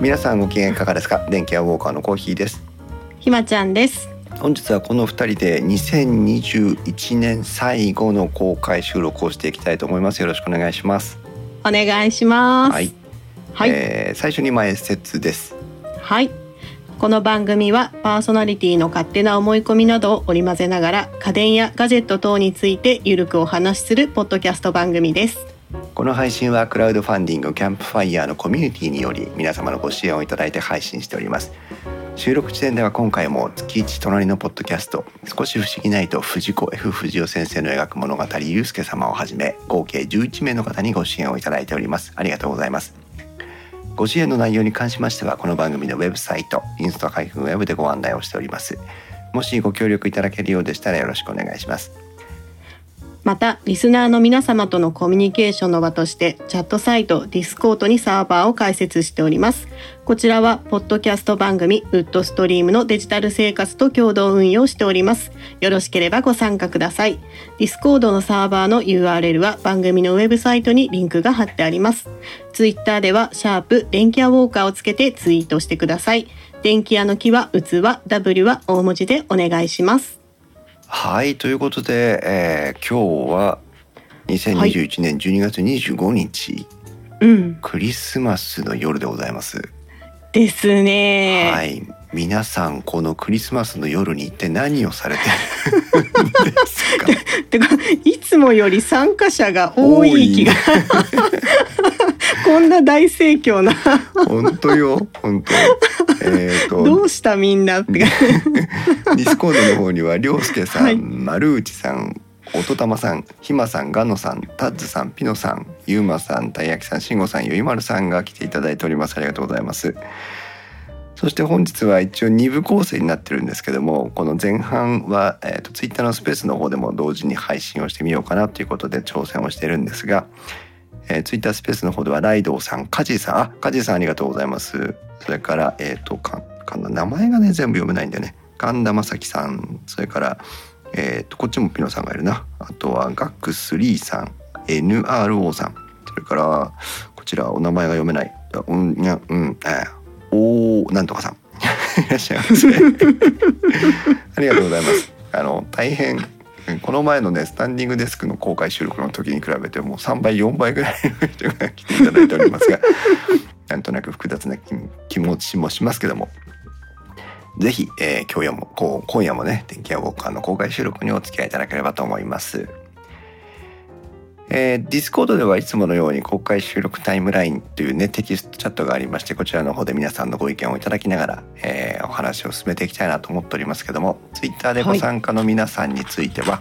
皆さんご機嫌いかがですか電気屋ウォーカーのコーヒーですひまちゃんです。本日はこの二人で2021年最後の公開収録をしていきたいと思いますよろしくお願いしますお願いします。はい、はい、えー最初に前説ですはいこの番組はパーソナリティの勝手な思い込みなどを織り交ぜながら家電やガジェット等についてゆるくお話しするポッドキャスト番組です。この配信はクラウドファンディングキャンプファイヤーのコミュニティにより皆様のご支援をいただいて配信しております収録時点では今回も月一隣のポッドキャスト少し不思議ないと藤子 F 不二雄先生の描く物語ゆうすけ様をはじめ合計11名の方にご支援をいただいておりますありがとうございますご支援の内容に関しましてはこの番組のウェブサイトインスト開封ウェブでご案内をしておりますもしご協力いただけるようでしたらよろしくお願いしますまたリスナーの皆様とのコミュニケーションの場としてチャットサイトディスコートにサーバーを開設しておりますこちらはポッドキャスト番組ウッドストリームのデジタル生活と共同運用しておりますよろしければご参加くださいディスコードのサーバーの URL は番組のウェブサイトにリンクが貼ってありますツイッターではシャープ電気屋ウォーカーをつけてツイートしてください電気屋の木は器 W は大文字でお願いしますはいということで、えー今日は2021年12月25日、うんクリスマスの夜でございます、ですねはい皆さんこのクリスマスの夜に一体何をされてるんですかてかいつもより参加者が 多い気が こんな大盛況な本当よ本当えっ、 どとうしたみんなってか ディスコードの方には涼介さん、はい丸内さん音玉さん、ひまさん、ガノさん、タッズさん、ピノさん、ゆうまさん、たいやきさん、しんごさん、ゆいまるさんが来ていただいております。ありがとうございます。そして本日は一応2部構成になってるんですけどもこの前半は、えー、と Twitter のスペースの方でも同時に配信をしてみようかなということで挑戦をしてるんですが、えー、Twitter スペースの方ではライドウさんカジさんあカジさんありがとうございますそれから、えー、とかかん名前がね全部読めないんだよね神田正輝さんそれから、えー、とこっちもピノさんがいるなあとはガック3さん NRO さんそれからこちらお名前が読めないうんにゃうんえーおーなんとか さんいらっしゃいますね ありがとうございますあの大変この前のねスタンディングデスクの公開収録の時に比べてもう3倍4倍ぐらいの人が来ていただいておりますがなんとなく複雑な気気持ちもしますけどもぜひ、えー今夜もこう今夜もね「天気屋ウォーカー」の公開収録にお付き合いいただければと思います。えー、ディスコードではいつものように公開収録タイムラインというねテキストチャットがありましてこちらの方で皆さんのご意見をいただきながら、えーお話を進めていきたいなと思っておりますけどもツイッターでご参加の皆さんについては、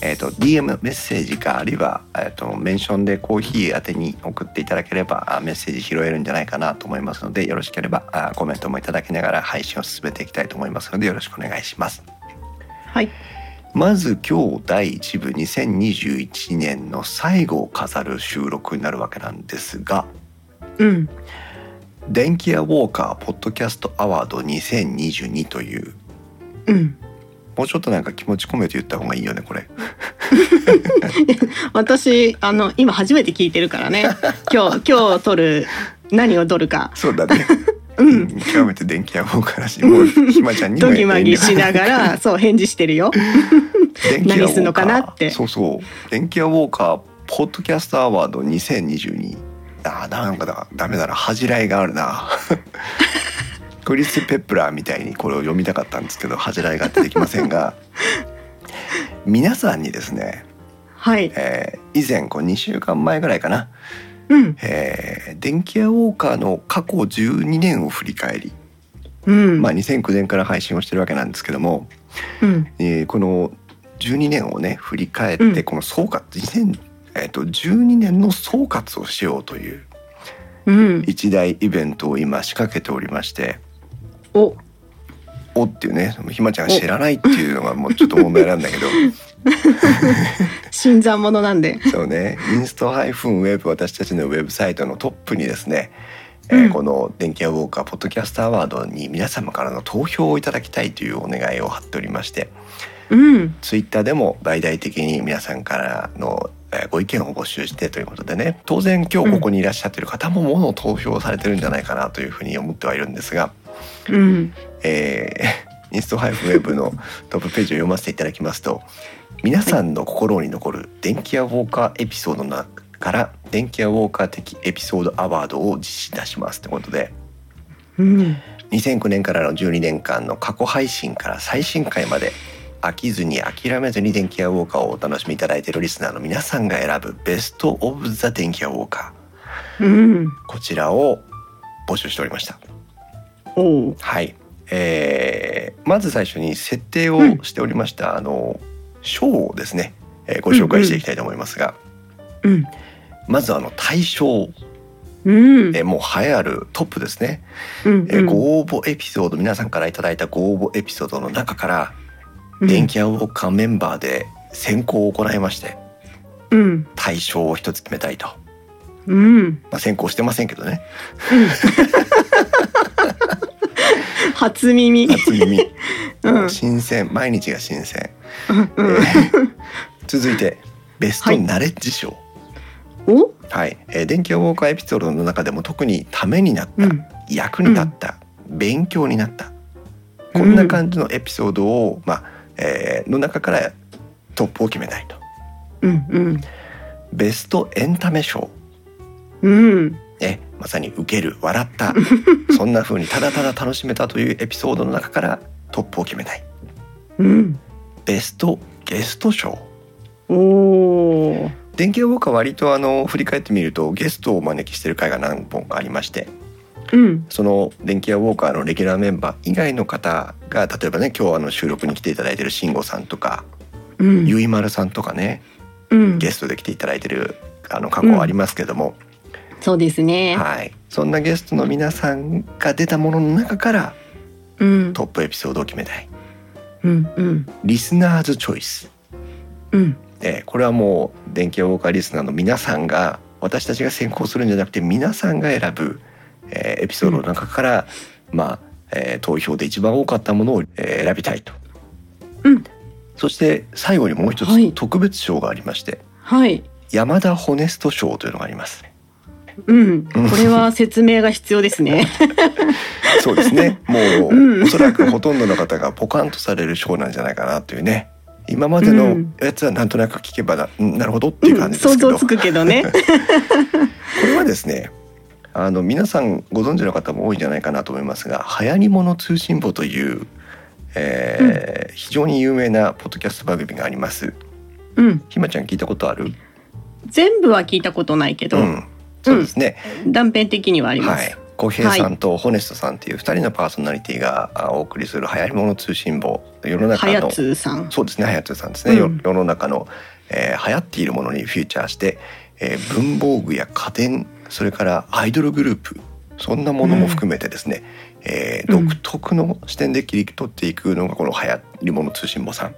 えー、と DM メッセージかあるいは、えー、とメンションでコーヒー宛てに送っていただければあメッセージ拾えるんじゃないかなと思いますのでよろしければあコメントもいただきながら配信を進めていきたいと思いますのでよろしくお願いします。はいまず今日第1部2021年の最後を飾る収録になるわけなんですがうん「電気屋ウォーカーポッドキャストアワード2022」といううんもうちょっとなんか気持ち込めて言った方がいいよねこれ私あの今初めて聞いてるか らね今日今日撮る何を撮るかそうだね うん極めて電気屋ウォーカーらしいもうひまちゃんにもドギマギし遠慮なが らそう返事してるよ電気屋ウォーカー何すんのかなってそうそう電気屋ウォーカーポッドキャストアワード2022あーなんかだダメだな恥じらいがあるな クリス・ペプラーみたいにこれを読みたかったんですけど恥じらいがあってできませんが皆さんにですね、はいえー以前こう2週間前ぐらいかな、うんえー電気屋ウォーカーの過去12年を振り返り、うん、まあ、2009年から配信をしてるわけなんですけども、うんえーこの12年をね振り返って、うんこの総括2000、えー、と12年の総括をしようといううん一大イベントを今仕掛けておりましてお「お」っていうねひまちゃんが知らないっていうのがもうちょっと問題なんだけど新参者なん でそうねインストハイフンウェブ私たちのウェブサイトのトップにですね、えーうんこの「電気屋ウォーカーポッドキャストアワード」に皆様からの投票をいただきたいというお願いを貼っておりましてうんツイッターでも大々的に皆さんからのえーご意見を募集してということでね当然今日ここにいらっしゃってる方ももの投票されてるんじゃないかなというふうに思ってはいるんですが、うん。えー、イ ンストハイフウェブのトップページを読ませていただきますと皆さんの心に残る電気屋ウォーカーエピソードの中から電気屋ウォーカー的エピソードアワードを実施いたしますということでうん。 2009年からの12年間の過去配信から最新回まで飽きずに諦めずに電気屋ウォーカーをお楽しみいただいているリスナーの皆さんが選ぶベスト・オブ・ザ・電気屋ウォーカうん。ーこちらを募集しておりました。おう。はい、えーまず最初に設定をしておりました、あの賞をですね、えーご紹介していきたいと思いますが、うん。まずあの大賞、うん。えーもう栄えあるトップですね、うん。えーご応募エピソード皆さんからいただいたご応募エピソードの中から、うん電気屋ウォーカーメンバーで選考を行いましてうん。大賞を一つ決めたいと、まうん。あ、選考してませんけどね初耳。初耳、 うん。新鮮毎日が新鮮、えうん。ー 続いてベストはいナレッジ賞、お。はい、えー電気屋ウォーカーエピソードの中でも特にためになった、うん。役に立った、勉強になったこんな感じのエピソードを、まあえーの中からトップを決めたいとうん。うん。ベストエンタメ賞、うん。ね、まさに受ける笑った そんな風にただただ楽しめたというエピソードの中からトップを決めたいうん。ベストゲスト賞おお。電気屋ウォーカーは割とあの振り返ってみるとゲストをお招きしてる回が何本かありましてうん。その電気屋ウォーカーのレギュラーメンバー以外の方が例えばね今日あの収録に来ていただいてる慎吾さんとか、うん。ゆいまるさんとかねうん。ゲストで来ていただいてるあの過去はありますけども、そうですね。はい、そんなゲストの皆さんが出たものの中からうん。トップエピソードを決めたいうん。うん。リスナーズチョイス、うん。えーこれはもう電気屋ウォーカーリスナーの皆さんが私たちが選考するんじゃなくて皆さんが選ぶ、えーエピソードの中から、まあえー投票で一番多かったものを、えー選びたいと。うんそして最後にもう一つ、はい特別賞がありましてはい。山田ホネスト賞というのがあります。うん。これは説明が必要ですね。そうです ね。もう、うんおそらくほとんどの方がポカンとされる賞なんじゃないかなというね。今までうのんやつはなんとなく聞けばな,、なるほどっていうう感ん。じです想けど、像つこくけどね。れはですねあの皆さんご存知の方も多いんじゃないかなと思いますが「流行りもの通信簿」という、えー非常に有名なポッドキャスト番組があります。うん。ひまちゃん聞いたことある全部は聞いたことないけど、ん、そうですね、断片的にはありまはす。い、小平さんとホネストさんという2人のパーソナリティがあお送りする「流行りもの通信簿」世の中はやのつーさん。そうですね、ハヤトさんですね。ようん世の中の、えー流行っているものにフューチャーして、えー文房具や家電、それからアイドルグループ、そんなものも含めてですね、えーうん独特の視点で切り取っていくのがこの流行りもの通信簿さん。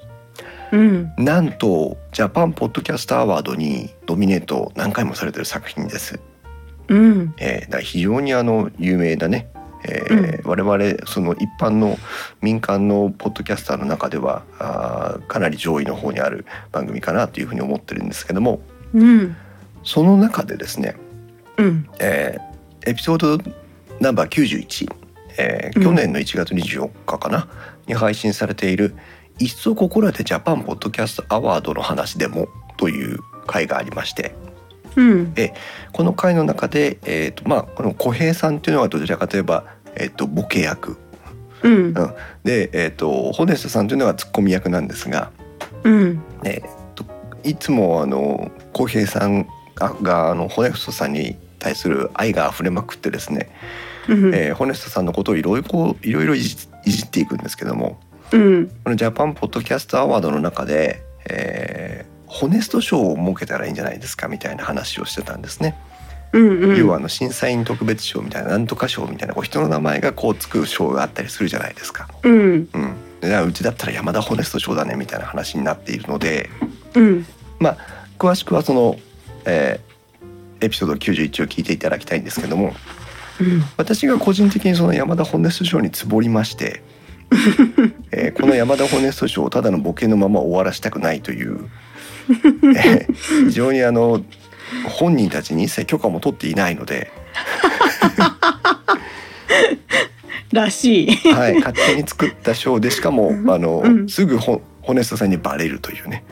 うん。なんとジャパンポッドキャストアワードにノミネートを何回もされてる作品です。うん。えーだから非常にあの有名だね、えー我々その一般の民間のポッドキャスターの中ではあーかなり上位の方にある番組かなというふうに思ってるんですけどもうん。その中でですね、うん。えーエピソードナンバー91、えーうん去年の1月24日かな、に配信されている「いっそここらでジャパンポッドキャストアワードの話でも」という回がありましてうん。この回の中で、えーとまあ、この小平さんっていうのはどちらかといえば、えー、とボケ役うん。で、えー、とホネストさんというのはツッコミ役なんですがうん。いつもあの小平さんががあのホネストさんに対する愛が溢れまくってですね、うん。えーホネストさんのことをいろいろこういろいろいじいじっていくんですけどもうん。このジャパンポッドキャストアワードの中で、えーホネスト賞を設けたらいいんじゃないですかみたいな話をしてたんですね。うん。うん。要はあの審査員特別賞みたいななんとか賞みたいなこう人の名前がこうつく賞があったりするじゃないですか。うん。うん、であうちだったら山田ホネスト賞だねみたいな話になっているのでうん。詳しくはその、えーエピソード91を聞いていただきたいんですけどもうん。私が個人的にその山田ホネスト賞につぼりまして、 えーこの山田ホネスト賞をただのボケのまま終わらしたくないというえ非常にあの本人たちに一切許可も取っていないので、らしい。 はい、勝手に作ったショーでしかもあの、うんすぐホホネストさんにバレるという ね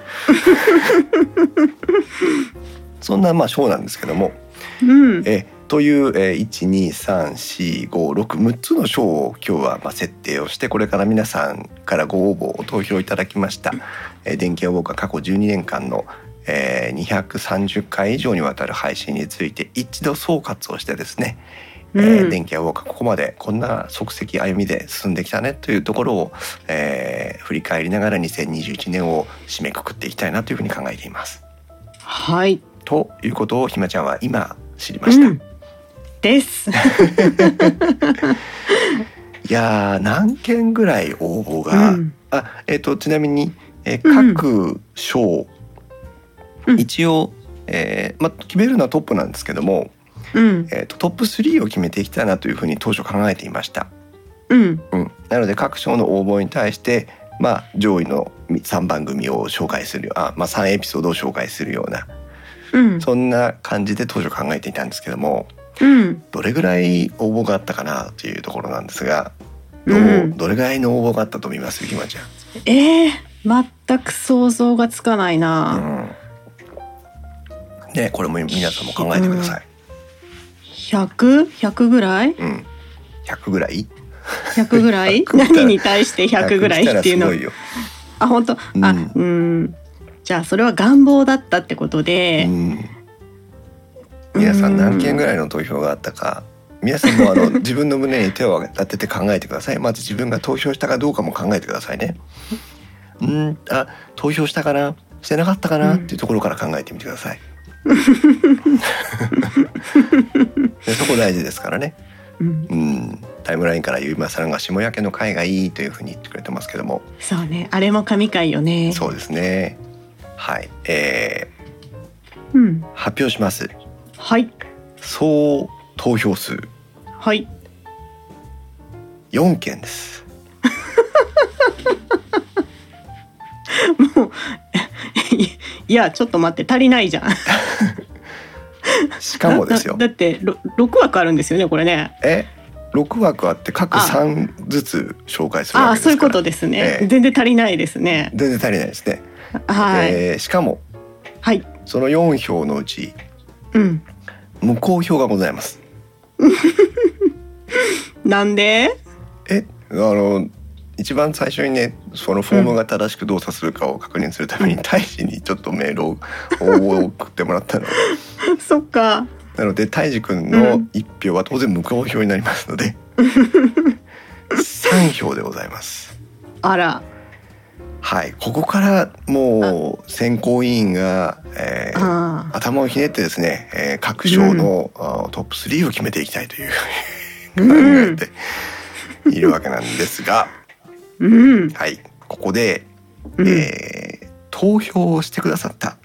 そんなまあショーなんですけどもうん。えという、えー、1234566つの賞を今日はまあ設定をしてこれから皆さんからご応募を投票いただきました、えー、電気屋ウォーカー過去12年間の、えー、230回以上にわたる配信について一度総括をしてですね、うえーん。電気屋ウォーカーここまでこんな即席歩みで進んできたねというところを、えー振り返りながら2021年を締めくくっていきたいなというふうに考えています。はい。ということをひまちゃんは今知りました。うん です。いやー何件ぐらい応募うが、ん。あえっ、とちなみに、えーうん各賞、うん一応、えーま、決めるのはトップなんですけども、うん。えー、とトップ3を決めていきたいなというふうに当初考えていました、うん。うん、なので各賞の応募に対して、まあ、上位の3番組を紹介するあ、まあ、3エピソードを紹介するようなうん。そんな感じで当初考えていたんですけどもうん。どれぐらい応募があったかなというところなんですがど,、うん。どれぐらいの応募があったと思いますひまちゃんええ全く想像がつかないな。ね、これも皆さんも考えてください。百百ぐらい？うん、100ぐらい百ぐ らい？ 100何に対して百ぐらいっていうの100来たらすご。いよ、あ本当。あうんうん。じゃあそれは願望だったってことうで。ん、皆さん何件ぐい？らいの投票があったか皆さんもあ の自分の胸に手を当てて考えてくださいまず自分が投票したかどうかも考えてくださいね。うんあ投票したかなしてなかったかな、うんっていうところから考えてみてくだ さい。でそこ大事ですからね。うん。うん、タイムラインからゆいまさんが下焼けの会がいいというふうに言ってくれてますけども、そうね。あれも神回よね。そうですね。はい、えう。んー、。発表します。はい総投票数はい。 4件です。もういやちょっと待って足りないじゃん。しかもですよだ。だだってろ六枠あるんですよねこれね。え、6枠あって各あ3ずつ紹介するあわあけですかそうら。いうことですね、ええ全然足りないですね。全然足りないですね。はい、えーしかもはい。その4票のうちうん。無効票がございます。なんで？ え、あの一番最初にねそのフォームが正しく動作するかを確認するために大使にちょっとメールを応募を送ってもらっ たのでそっか。なので大使くんうのん一票は当然無効票になりますの で三票でございます。あら。はい、ここからもう選考委員が、えーあ頭をひねってですね、えー各賞の、あートップ3を決めていきたいというあ。う考えん。ているわけなんですが、 うん。はい、ここでうん。えー投票をしてくださった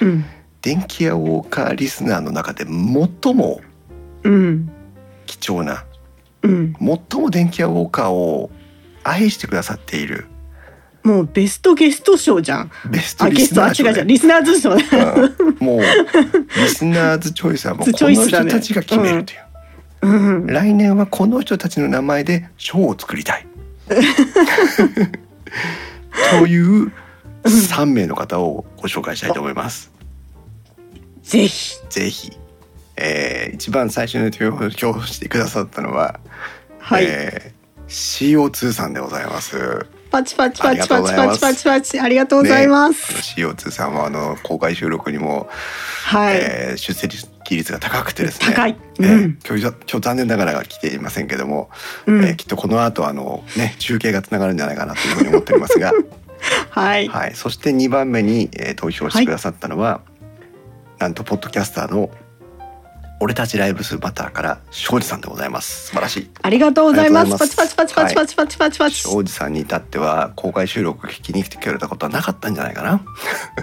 うん。電気屋ウォーカーリスナーの中で最もうん。貴重なうん。最も電気屋ウォーカーを愛してくださっているもうベストゲスト賞じゃん。ベストあリゲスストあナー違う賞違うリスナーズ賞。う んもうリスナーズチョイスはもうこチョのイスだ人ねたちが決めるという、 うん。来年はこの人たちの名前で賞を作りたいという3名の方をご紹介したいと思います。ぜひ。ぜひ、えー一番最初に投票してくださったのは、はい。えー CO2 さんでございます。パチパチパチパチパチパチパチありがとうございます。 CO2 さんはあの公開収録にも、はい。えー出席率が高くてですね。高い。えうーん。今日今日残念ながら来ていませんけども、うえーん。きっとこの後あのね中継がつながるんじゃないかなというふうに思っております が、はい。はい。そして2番目に、えー投票してくださったのは、なんとポッドキャスターの俺たちライブスーパーターから庄司さんでございます。素晴らしい。ありがとうございます。ありがとパうございチパますチパチパチパチパチパチパチ。庄司さんに至っては公開収録聞きに来てくれたことはなかったんじゃないかな。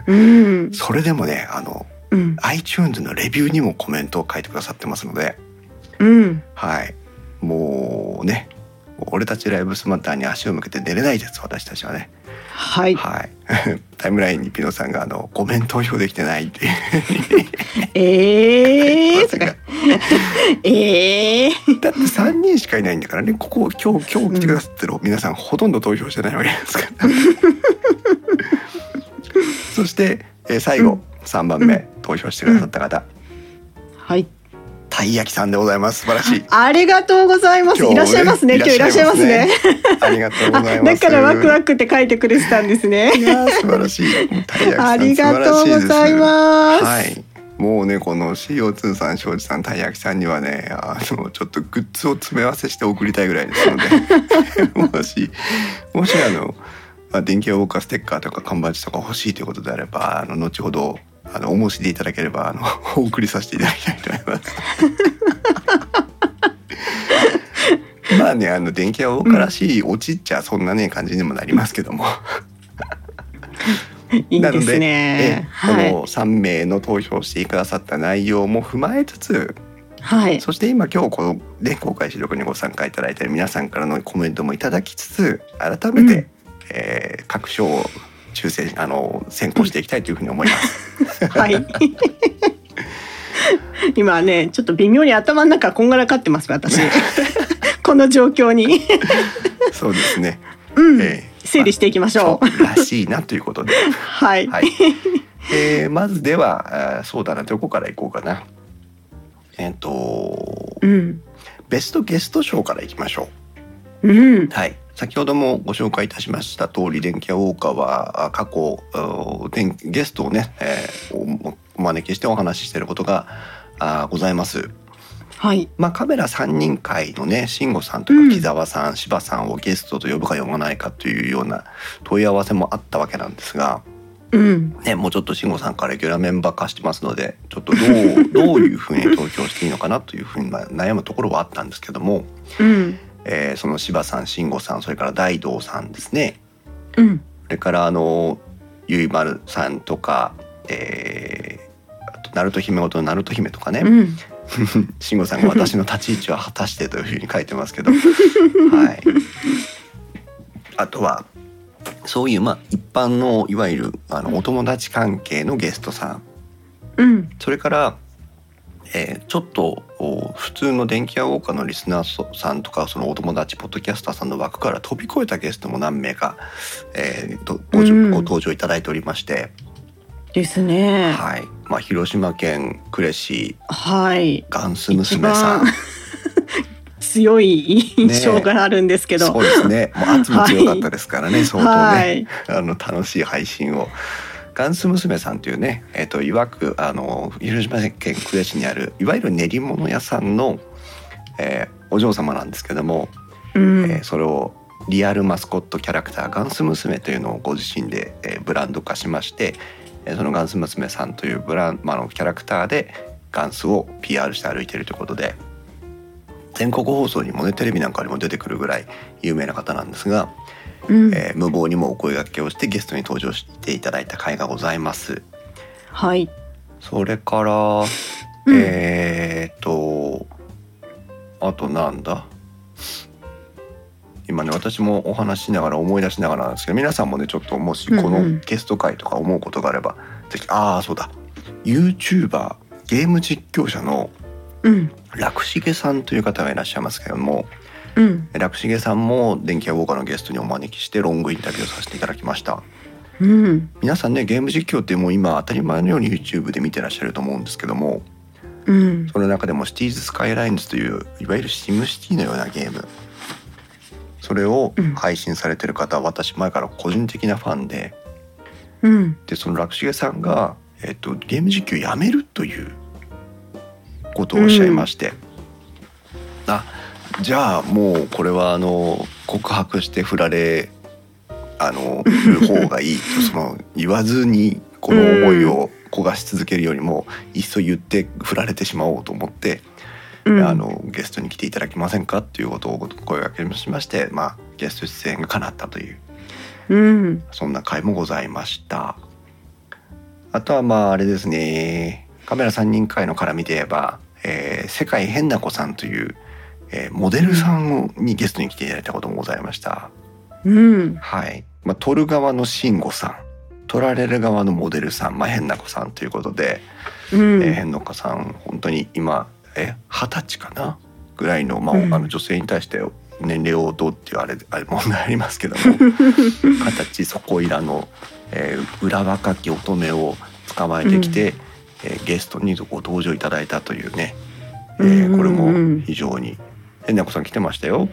うん。それでもね、あのうん。 iTunes のレビューにもコメントを書いてくださってますので、うん。はい。もうね、俺たちライブスーパーターに足を向けて寝れないです私たちはね。はい。はい、 タイムラインにピノさんがあの「ごめん投票できてない」っていうええ まさかええだって3人しかいないんだからねここ今日今日来てくださってる皆さんほとんど投票してないわけです からそして、えー最う後ん3番目、投票してくださった方、はい。たい焼きさんでございます素晴らしいありがとうございます。今日ねいらっしゃいますね。今日いらっしゃいますね。ありがとうご あ、ざいまだすからワクワクって書いてくれてたんですね。いやー素晴らしいたい焼きさんありがとうございますはいもうねこの CO2 さん庄司さんたい焼きさんにはねあのちょっとグッズを詰め合わせして送りたいぐらいですので もしもしあのあ電気屋ウォーカーステッカーとか缶バッジとか欲しいということであればあの後ほどあのお申し出いただければあのお送りさせていただきたいと思います。 まあねあの電気屋ウォーカーらしい落ちっちゃそんなね感じにもなりますけども。いいなのでですえね。はえい。この3名の投票してくださった内容も踏まえつつ、はい。そして今今日この、ね、公開収録にご参加いただいている皆さんからのコメントもいただきつつ改めて、うんえー各賞を抽選あの選考していきたいというふうに思い ます。はい。 今ね、ちょっと微妙に頭の中こんがらかってます。 私。この状況 に。そうですね、うん。ええ整理していきましょう。そうらしいなということで、 はい。はいえーまずではあーそうだなどこからいこうかな。えっ、とうん。ベストゲスト賞からいきましょう。うん。はい、先ほどもご紹介いたしました通り電気屋ウォーカーはあ過去うー電ゲストをね、えーおお招きしてお話ししていることがあーございます。はい。まあ、カメラ3人会のね慎吾さんとかうん木澤さん柴、さんをゲストと呼ぶか呼ばないかというような問い合わせもあったわけなんですが、うん。ね、もうちょっと慎吾さんからレギュラーメンバー化してますのでちょっとどうど ういうふうに投票していいのかなというふうにまあ悩むところはあったんですけども、うん。えーその柴さん慎吾さんそれから大道さんですねうん。それからあのゆいまるさんとか、えー、あとナルト姫ごとのナルト姫とかね、うん。 慎吾さんが私の立ち位置は果たしてというふうに書いてます けど、はい。あとはそういうまあ一般のいわゆるあのお友達関係のゲストさん、うん。それから。えーちょっとお普通の電気屋ウォーカーのリスナーさんとかそのお友達ポッドキャスターさんの枠から飛び越えたゲストも何名か、えーとごじょうんご登場いただいておりまして、ですね。はいまあ、広島県呉市はい。ガンス娘さん一番強い印象があるんですけど。そうですね。もう圧も強かったですからね、相当はね、い。 あの楽しい配信を。ガンス娘さんというね、えっ、と、いわく、あの、広島県呉市にある、いわゆる練り物屋さんの。えーお嬢様なんですけども、うんえーそれをリアルマスコットキャラクターガンス娘というのをご自身で、えーブランド化しまして、えーそのガンス娘さんというブラン、まあ、あのキャラクターでガンスを PR して歩いているということで全国放送にもねテレビなんかにも出てくるぐらい有名な方なんですが、うんえー無謀にもお声掛けをしてゲストに登場していただいた回がございます。はい。それから、うんえーっとあとなんだ今ね私もお話ししながら思い出しながらなんですけど皆さんもねちょっともしこうんうのんゲスト会とか思うことがあれば、ぜひああそうだ YouTuber ゲーム実況者のうん。楽しげさんという方がいらっしゃいますけどもうん。楽しげさんも電気屋ウォーカーのゲストにお招きしてロングインタビューをさせていただきました。うん。皆さんねゲーム実況ってもう今当たり前のように YouTube で見てらっしゃると思うんですけどもうん。その中でもシティーズ・スカイラインズといういわゆるシムシティのようなゲームそれをうん配信されてる方は私前から個人的なファンでうん。でその楽重さんが、えっと、ゲーム実況やめるということをおっしゃいまして、あじゃあもうこれはあの告白して振られあのる方がい いとその言わずにこの思いを焦がし続けるよりも、いっそ言って振られてしまおうと思って、うんあ。のゲストに来ていただけませんかということをご声掛けしまして、まあ、ゲスト出演が叶ったといううん。そんな回もございました。あとはまああれですね。カメラ3人会の絡みで言えば、えー世界変な子さんという、えーモデルさんをにゲストに来ていただいたこともございました。うん。はい。まあ、撮る側の慎吾さん撮られる側のモデルさん、まあ、変な子さんということで、うんえー変な子さん本当に今え二十歳かなぐらいの,、まあうんあの女性に対して年齢をどうっていうあれあれ問題あります けども二十歳そこいらの、えー裏若き乙女を捕まえてきて、えーゲストにご登場いただいたというね、えーこれうんうんうもん非常に変な子さん来てましたよ。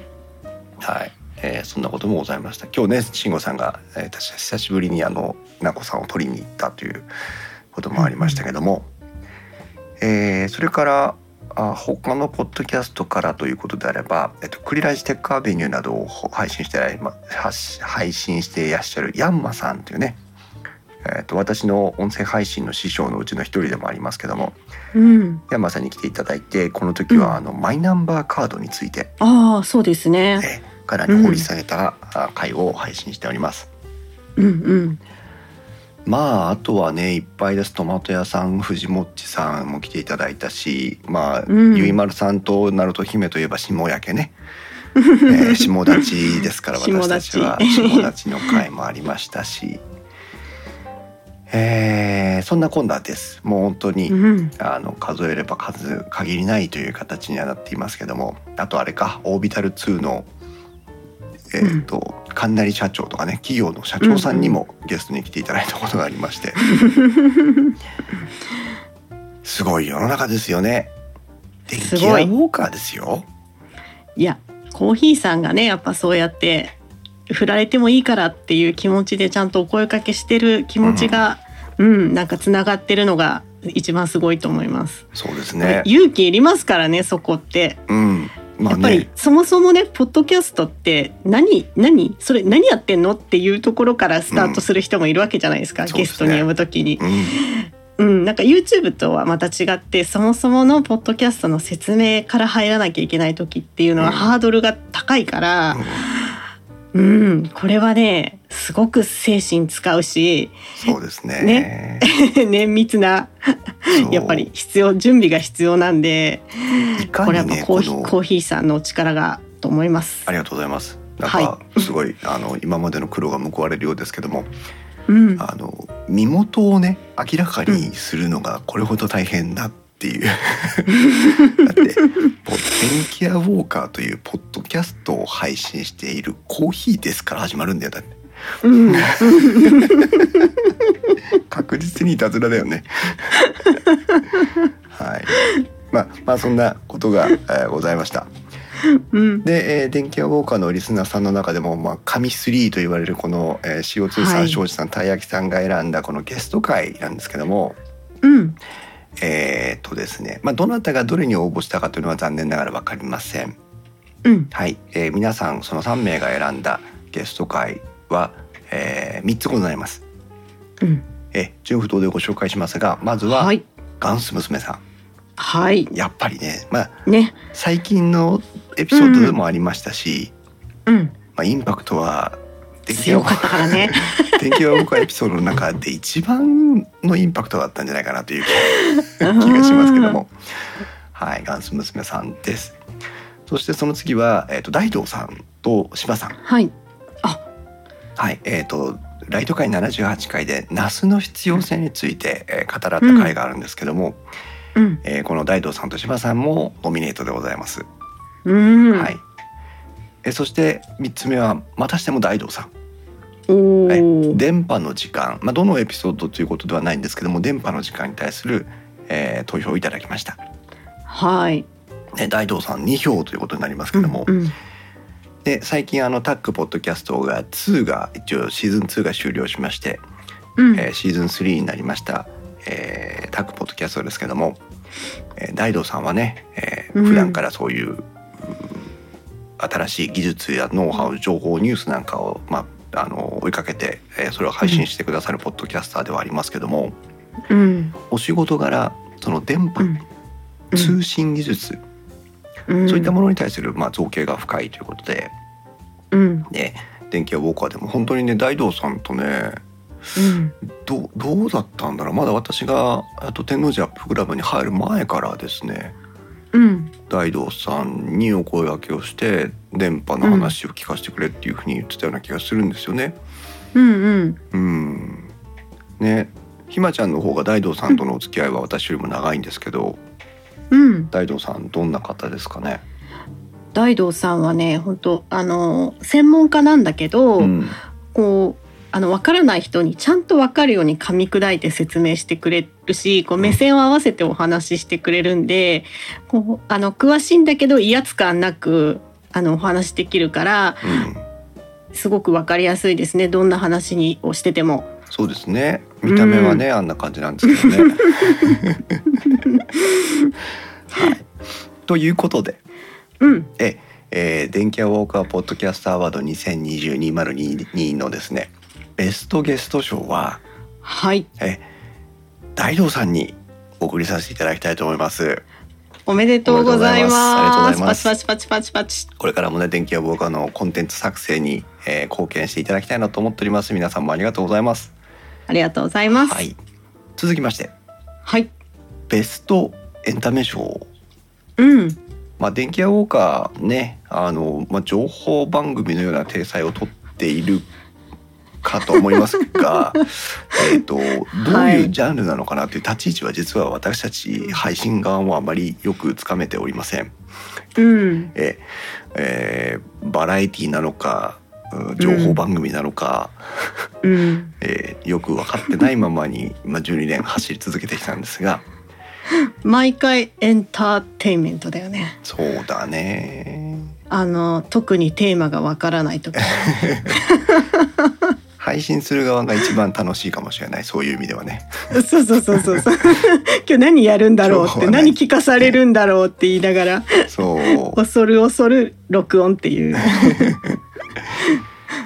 はいえーそんなこともございました今日ね慎吾さんが、えー確か久しぶりにあのなこさんを取りに行ったということもありましたけども、えーそれからあ他のポッドキャストからということであれば、えっと、クリラジテックアベニューなどを配信してられま発配信していらっしゃるヤンマさんというね、えっと私の音声配信の師匠のうちの一人でもありますけどもうん、ヤンマさんに来ていただいてこの時うんはあの、マイナンバーカードについて、ああそうですねえーかなり掘り下げたあ回を配信しております。うんまああとはねいっぱいですトマト屋さん藤もっちさんも来ていただいたしまあ、うんゆいまるさんとなると姫といえば下焼け ね、えー下立ちですから下立私たちちは下立ちの会もありましたしえーそんなこんなですもう本当に、うんうんあの数えれば数限りないという形にはなっていますけどもあとあれかオービタル2のえっ、と、神成社長とかね企業の社長さんにもゲストに来ていただいたことがありま して、すごい世の中ですよね電す気ご屋ウいォーカーですよいやコーヒーさんがねやっぱそうやって振られてもいいからっていう気持ちでちゃんとお声かけしてる気持ちが、うんなんかつながってるのが一番すごいと思います、そうですね勇気いりますからねそこって、うんまやあっぱりねそもそもねポッドキャストって何何それ何やってんのっていうところからスタートする人もいるわけじゃないですか、そうゲでスすトねに呼ぶときに、うんうん、なんか YouTube とはまた違ってそもそものポッドキャストの説明から入らなきゃいけない時っていうのうはんハードルが高いから、うんこれはねすごく精神使うし そうですねね綿密なそうやっぱり必要準備が必要なんでいかこれはにやっねぱコーヒこのーコーヒーさんの力がと思いますあ。りがとうございます。なんはかすごい、あの今までの苦労が報われるようですけども、うん、あの身元をね明らかにするのがこれほど大変だって いう。だってポッ電気屋ウォーカーというポッドキャストを配信しているコーヒーですから始まるんだよだって うん、確実にいたずらだよ ね。はい。まあまあそんなことが、えーございました。うん、で、えー電気屋ウォーカーのリスナーさんの中でも、まあ、神3と言われるこの、えー、CO2 さはん、い庄司さんたい焼きさんが選んだこのゲスト会なんですけどもうん、えーっとですね、まあ、どなたがどれに応募したかというのは残念ながら分かりません。うん、はい、えー皆さんその3名が選んだゲスト会は、え3つございます。うん、えー順不同でご紹介しますがまずは、はい、ガンス娘さはい、んやっぱりね、まあ、ね、最近のエピソードでもありましたし、うん、まあ、インパクトは電気屋強ウォーカーかったからね。天気は僕はエピソードの中で一番のインパクトだったんじゃないかなという気 気がしますけども、はい、ガンス娘さんです。そしてその次は、えっ、と、大道さんと芝さん。はい、はい、えっ、と、ライト会78回でナスの必要性について、えー語らった回があるんですけども、うん、えーこの大道さんと芝さんもノミネートでございます。うん、はい。えーそして3つ目はまたしても大道さん。おお、はい、電波の時間、まあ、どのエピソードということではないんですけども電波の時間に対する、えー投票をいただきました、はい。ね、大道さん2票ということになりますけども、うんうんで最近あのタックポッドキャストが2が一応シーズン2が終了しまして、うんえーシーズン3になりました、えータックポッドキャストですけども、えー大道さんはね、えーうん普段からそういう、うー新しい技術やノウハウ情報ニュースなんかを、まあ、あの追いかけて、えーそれを配信してくださるポッドキャスターではありますけども、うんお仕事柄その電波、うん通信技術、うんそういったものに対する、まあ、造形が深いということでうんで電気屋ウォーカーでも本当にね大道さんとねうんどうどうだったんだろうまだ私があと天王寺アップクラブに入る前からですねうん大道さんにお声掛けをして電波の話を聞かせてくれっていうふうに言ってたような気がするんですよね。うんうんうんねひまちゃんの方が大道さんとのお付き合いは私よりも長いんですけどうん大道さんどんな方ですかね大道さんはね本当あの専門家なんだけど、うんこうあの分からない人にちゃんと分かるように噛み砕いて説明してくれるしこう目線を合わせてお話ししてくれるんでこうあの詳しいんだけど威圧感なくあのお話しできるからうんすごく分かりやすいですねどんな話にをしてても。そうですね見た目はね、あんな感じなんですけどね。はい、ということで、うん、えー電気屋ウォーカーポッドキャストアワード2020-2022のですねベストゲスト賞ははい大道さんにお送りさせていただきたいと思います。おめでとうございおめまでとうございす。まパすチパチパチパチパチ。これからもね電気屋ウォーカーのコンテンツ作成に、えー貢献していただきたいなと思っております。皆さんもありがとうございます。ありがとうございます。はい、続きましてはい、ベストエンタメ賞うん、まあ、電気屋ウォーカーねあの、まあ、情報番組のような体裁をとっているかと思います がえーとどうはいいうジャンルなのかなという立ち位置は実は私たち配信側もあまりよくつかめておりません。うん、ええーバラエティなのかうん情報番組なのか、うん、えーよく分かってないままに、まあ、12年走り続けてきたんですが毎回エンターテインメントだよね。そうだねあの特にテーマがわからないとか配信する側が一番楽しいかもしれないそういう意味ではね。そうそうそうそう そう今日何やるんだろうっ今日てはね何聞かされるんだろうって言いながらそう恐る恐る録音っていう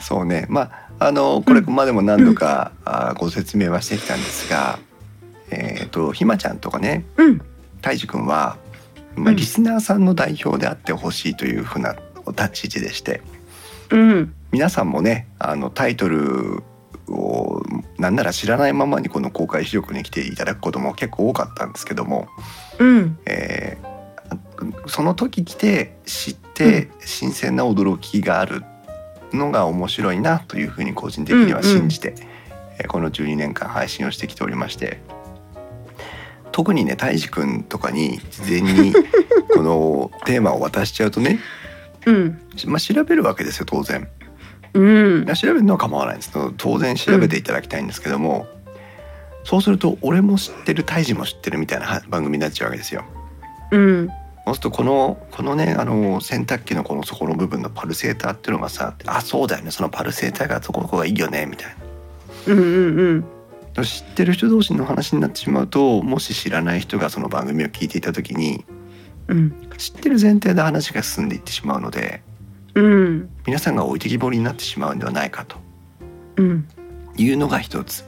そうねまああのこれまでも何度か、あーご説明はしてきたんですが、えー、とひまちゃんとかねうんたいじくんは、まあ、うんリスナーさんの代表であってほしいというふうなお立ち位置でしてうん皆さんもねあのタイトルをなんなら知らないままにこの公開視力に来ていただくことも結構多かったんですけども、うんえーその時来て知って新鮮な驚きがあるのが面白いなというふうに個人的には信じて、えーこの12年間配信をしてきておりまして特にねたいじくんとかに事前 にこのテーマを渡しちゃうとね、うんまあ、調べるわけですよ当然。うんいや調べるのは構わないんですけど当然調べていただきたいんですけども、そうすると俺も知ってるたいじも知ってるみたいな番組になっちゃうわけですよ。うんそうするとこのこのねあの洗濯機のこの底の部分のパルセーターっていうのがさあそうだよねそのパルセーターがそこここがいいよねみたいうんうんうんな知ってる人同士の話になってしまうともし知らない人がその番組を聞いていた時にうん知ってる前提で話が進んでいってしまうのでうん皆さんが置いてきぼりになってしまうんではないかとうんいうのが一つ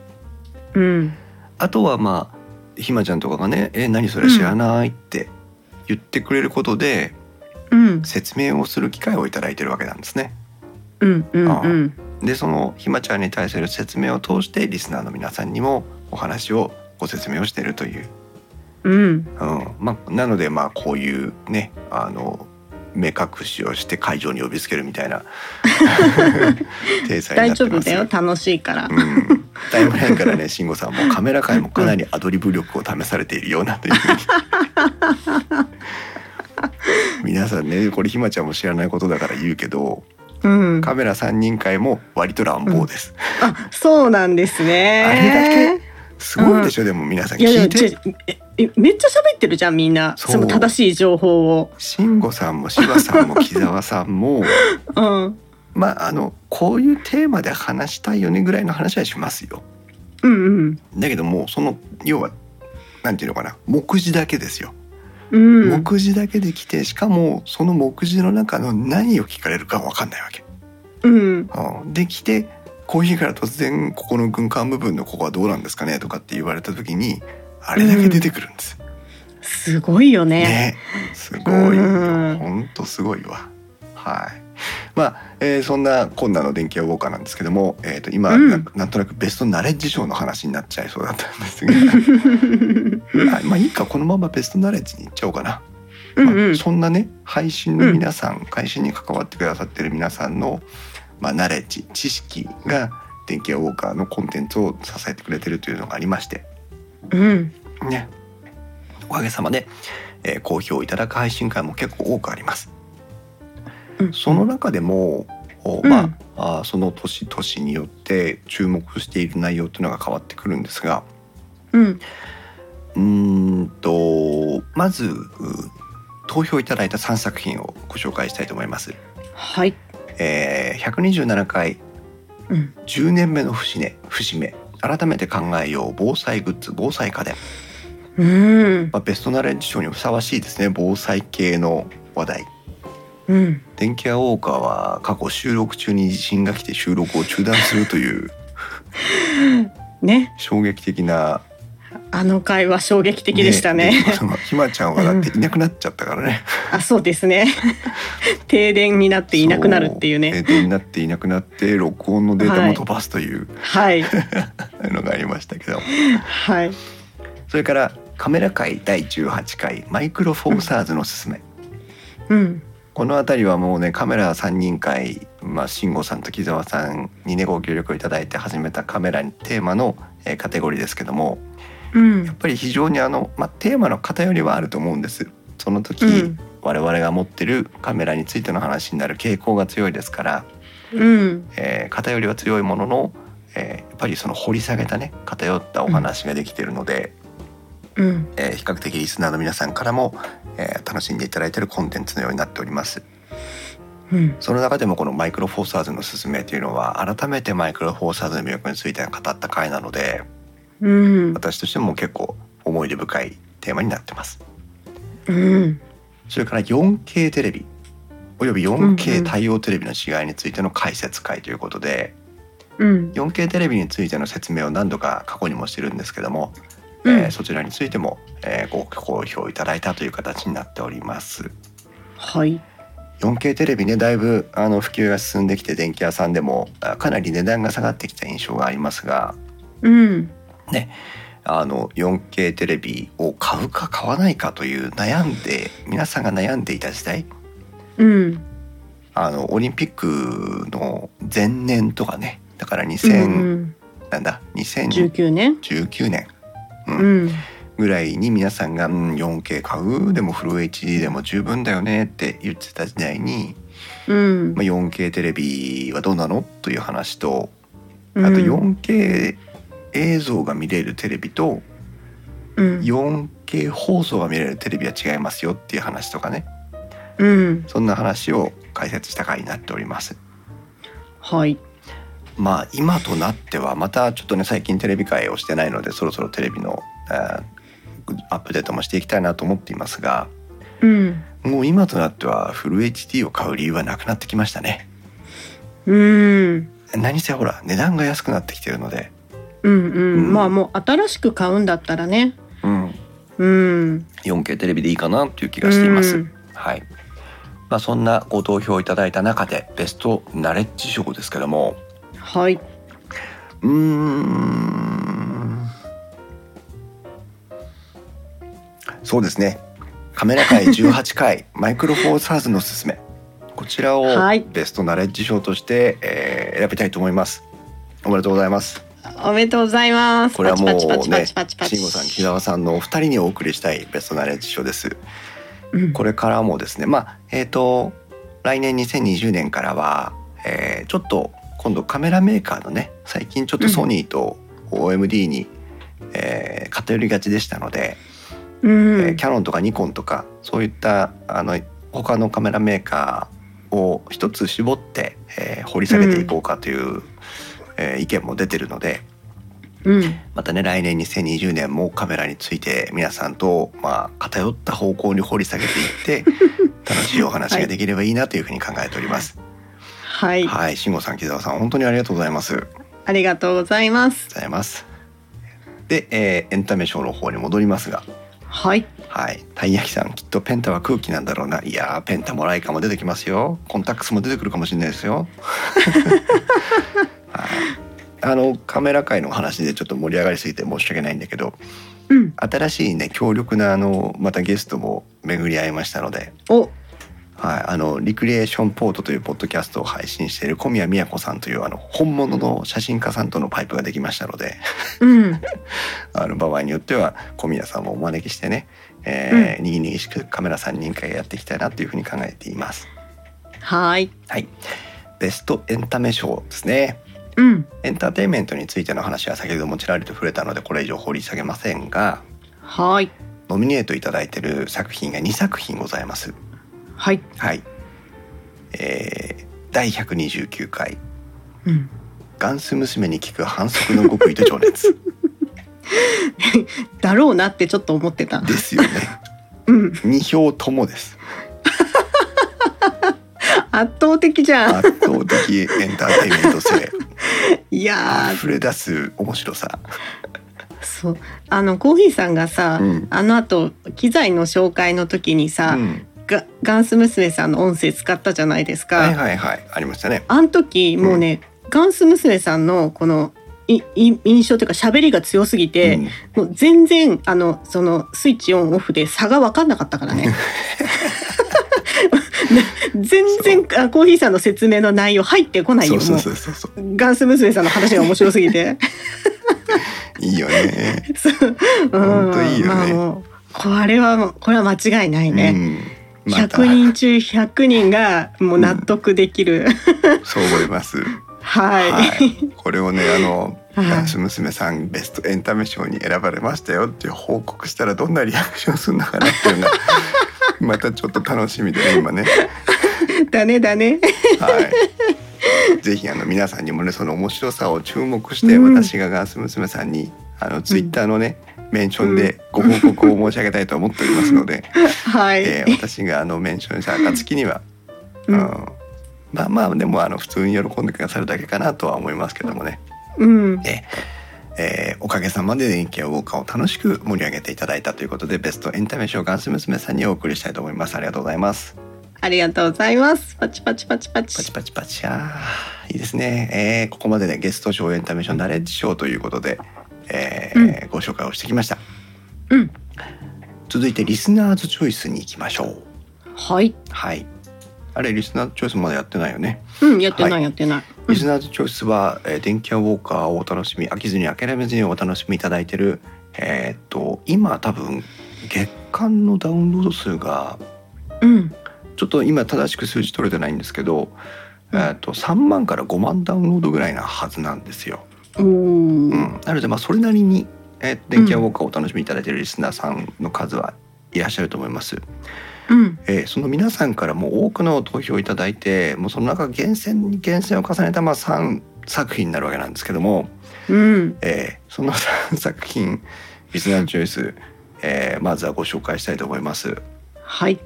うんあとはまあひまちゃんとかがね「え何それ知らない」って言ってくれることでうん説明をする機会をいただいてるわけなんですね。うんうんうんでそのひまちゃんに対する説明を通してリスナーの皆さんにもお話をご説明をしているという、うんうんまあ、なのでまあこういうねあの目隠しをして会場に呼びつけるみた いな体裁に大なって丈夫ますだよ楽しいからうん、タイムラインからね慎吾さんもカメラ界もかなりアドリブ力を試されているような というふうに皆さんねこれひまちゃんも知らないことだから言うけどうんカメラ3人会も割と乱暴です。あそうなんですねあれだすごいでしょ、でも皆さんいや聞いでもてちょええめっちゃ喋ってるじゃんみんなそうその正しい情報を。慎吾さんも柴さんも木澤さんも うんまああのこういうテーマで話したいよねぐらいの話はしますようんうんだけどもうその要はなんていうのかな目次だけですよ、うん目次だけで来てしかもその目次の中の何を聞かれるかわかんないわけ、うんうん、で来てコーヒーから突然ここの軍艦部分のここはどうなんですかねとかって言われた時にあれだけ出てくるんです、すごいよね。ね、すごいようん本当すごいわはいまあ、えーそんなこんなの電気屋ウォーカーなんですけども、えー、と今、うんななんとなくベストナレッジ賞の話になっちゃいそうだったんです があまあいいかこのままベストナレッジに行っちゃおうかな、うんまうあんそんなね配信の皆さん、配信に関わってくださってる皆さんの、まあ、ナレッジ知識が電気屋ウォーカーのコンテンツを支えてくれてるというのがありましてうん。ねおかげさまで、えー好評いただく配信会も結構多くありますうんその中でも、おうんまああーその年々によって注目している内容というのが変わってくるんですがうん。うーんとまずう投票いただいた3作品をご紹介したいと思います。はい。えー127回うん。 10年目の節目節目改めて考えよう防災グッズ防災家電、うん。まあ、ベストナレッジ賞にふさわしいですね防災系の話題うん。電気屋ウォーカーは過去収録中に地震が来て収録を中断すると いうね。衝撃的なあの回は衝撃的でしたね。出来事がひまちゃんはだっていなくなっちゃったからね あ、そうですね。 停電になっていなくなるっていうね。そう停電になっていなくなって録音のデータも飛ばすというはい。のがありましたけど、はい。それからカメラ界第18回マイクロフォーサーズのすすめうん。この辺りはもうねカメラ3人会、まあ、慎吾さんと木澤さんにねご協力をいただいて始めたカメラにテーマの、えーカテゴリーですけどもうんやっ。ぱり非常にあの、まあ、テーマの偏りはあると思うんです。その時、うん。我々が持ってるカメラについての話になる傾向が強いですから、うん。えー偏りは強いものの、えーやっぱりその掘り下げたね偏ったお話ができてるので、うん。えー比較的リスナーの皆さんからも、えー楽しんでいただいているコンテンツのようになっております。うん。その中でもこのマイクロフォーサーズの勧めというのは改めてマイクロフォーサーズの魅力について語った回なのでうん。私としても結構思い出深いテーマになってますうん。それから 4K テレビおよび 4K 対応テレビの違いについての解説会ということで、うん。 4K テレビについての説明を何度か過去にもしてるんですけども、うんえーそちらについても、えーご好評いただいたという形になっておりますはい。 4K テレビねだいぶあの普及が進んできて電気屋さんでもあかなり値段が下がってきた印象がありますがうん。あの 4K テレビを買うか買わないかという悩んで皆さんが悩んでいた時代うん。あのオリンピックの前年とかねだからう2000、ん。なんだ十2019九年。年うん。ぐらいに皆さんが「うん 4K 買うでもフル HD でも十分だよね」って言ってた時代に、うんま。あ、4K テレビはどうなのという話とうんあと。4K 映像が見れるテレビとうん 4K 放送が見れるテレビは違いますよっていう話とかねうん。そんな話を解説した回になっております。はい。まあ今となってはまたちょっとね最近テレビ会をしてないのでそろそろテレビのあーアップデートもしていきたいなと思っていますがうん。もう今となってはフル HD を買う理由はなくなってきましたね。うん。何せほら値段が安くなってきてるので、うんうん、うんまあもう新しく買うんだったらねうん、うん 4K テレビでいいかなという気がしています。うんはい。まあそんなご投票いただいた中でベストナレッジ賞ですけども、はいうーん。そうですね。カメラ界18回 マイクロフォーサーズのすすめ。こちらをはいベストナレッジ賞として、えー選びたいと思います。おめでとうございます。おめでとうございますこれはもうねパチパチパチパチパチパチ慎吾さん、木澤さんのお二人にお送りしたいベストナレッジ賞です。うんこれからもですね、まあ、えっ、と、来年2020年からは、えーちょっと今度カメラメーカーのね、最近ちょっとソニーと OMD に、えー偏りがちでしたので、うん、えーキャノンとかニコンとか、そういった、あの、他のカメラメーカーを一つ絞って、えー掘り下げていこうかという、えー意見も出てるので、うんまたね来年2020年もカメラについて皆さんと、まあ、偏った方向に掘り下げていって楽しいお話ができればいいなというふうに考えております。はい、はい、慎吾さん、木澤さん、本当にありがとうございます。ありがとうありがとうございますございます。で、えーエンタメショーの方に戻りますが、はいはい、たい焼きさん、きっとペンタは空気なんだろうな。いやー、ペンタもライカも出てきますよ。コンタックスも出てくるかもしれないですよ。はいあのカメラ界の話でちょっと盛り上がりすぎて申し訳ないんだけど、うん新しいね強力なあのまたゲストも巡り合いましたのでおはい、あのリクリエーションポートというポッドキャストを配信している小宮宮子さんというあの本物の写真家さんとのパイプができましたので うん、あの場合によっては小宮さんもお招きしてね、えーにぎにぎしくカメラ3人会やっていきたいなというふうに考えています。はい、はい、ベストエンタメ賞ですねうん、エンターテインメントについての話は先ほどもちらりと触れたのでこれ以上掘り下げませんがはい、ノミネートいただいている作品が2作品ございます。はい、はい、えー第129回うん。ガンス娘に聞く反則の極意と情熱だろうなってちょっと思ってた。ですよねうん、 2票ともです圧倒的じゃん。圧倒的エンターテインメント性いや溢れ出す面白さー、そう、あのコーヒーさんがさ、うんあの後機材の紹介の時にさ、うんガガンス娘さんの音声使ったじゃないですか。はいはいはいありましたねあの時もうね、ガンス娘さんのこのいい印象というか喋りが強すぎて、うんもう全然あのそのスイッチオンオフで差が分かんなかったか らね。全然あコーヒーさんの説明の内容入ってこないそようそうそうそうそうもうガンス娘さんの話が面白すぎ て。いいよねそうほんといいよねまあもうこれはもうこれは間違いないね。うん、また100人中100人がもう納得できる、そう思いますはいいこれをねあのはいダンス娘さんベストエンタメ賞に選ばれましたよっていう報告したらどんなリアクションするのかなっていう のがまたちょっと楽しみでね今ね だねだ ねはい。ぜひあの皆さんにもねその面白さを注目して、うん私がガンス娘さんにあのツイッターのね、メンションでご報告を申し上げたいと思っておりますの で、はい、えー私があのメンションした暁には、ううんん、まあまあでもあの普通に喜んでくださるだけかなとは思いますけどもね、うんえーおかげさまで電気やウォーカーを楽しく盛り上げていただいたということでベストエンタメ賞ガンス娘さんにお送りしたいと思いますありがとうございますありがとうございます。パチパチパチパチ。パチパチパチあーいいですね、えーここまでねゲスト賞エンタメーションナレッジ賞ということで、えーご紹介をしてきましたうん。続いてリスナーズチョイスに行きましょうはい。はいあれリスナーズチョイスまだやってないよね、うん、やってない、はいやってない。リスナーズチョイスは、えー電気屋ウォーカーをお楽しみ飽きずに諦めずにお楽しみいただいてるえーっと今多分月間のダウンロード数がうん。ちょっと今正しく数字取れてないんですけど、うんえーっと3万から5万ダウンロードぐらいなはずなんですよおおうー。ん、なのでまあそれなりに、えー電気屋ウォーカーをお楽しみいただいているリスナーさんの数はいらっしゃると思います、うん。えーその皆さんからも多くの投票をいただいてもうその中厳選に厳選を重ねたまあ3作品になるわけなんですけども、うん。えーその3作品リスナーチョイス、えーまずはご紹介したいと思いますはい。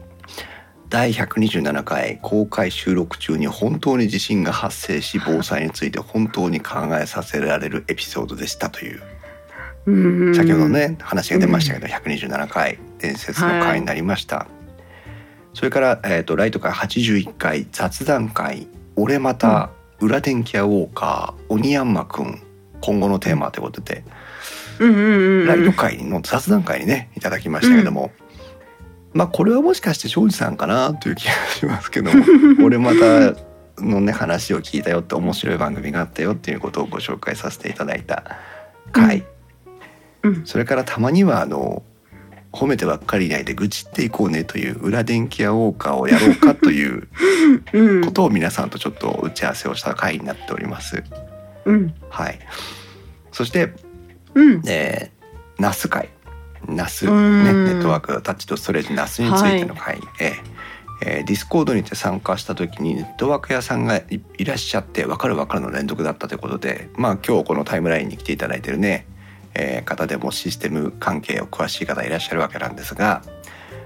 第127回公開収録中に本当に地震が発生し防災について本当に考えさせられるエピソードでしたといううん。先ほど。ね話が出ましたけど、127回伝説の回になりました、それから、えー、とライト会81回雑談会「俺また、裏電気屋ウォーカー鬼ヤンマくん」今後のテーマということで、うんうんラうイんうトん。会の雑談会にねいただきましたけども、まあこれはもしかして庄司さんかなという気がしますけ ども俺またのね話を聞いたよって面白い番組があったよっていうことをご紹介させていただいた回、うん。それからたまにはあの褒めてばっかりいないで愚痴っていこうねという裏電気屋ウォーカーをやろうかといううんこ。とを皆さんとちょっと打ち合わせをした回になっております。うん。はい、そして、うん。えー、ナス会ナス、うね、ネんットワークタッチとストレージナスについての回、えーえーディスコードにて参加した時にネットワーク屋さんがいいらっしゃって「わかるわかる」の連続だったということで、まあ、今日このタイムラインに来ていただいてるね、えー方でもシステム関係を詳しい方いらっしゃるわけなんですが、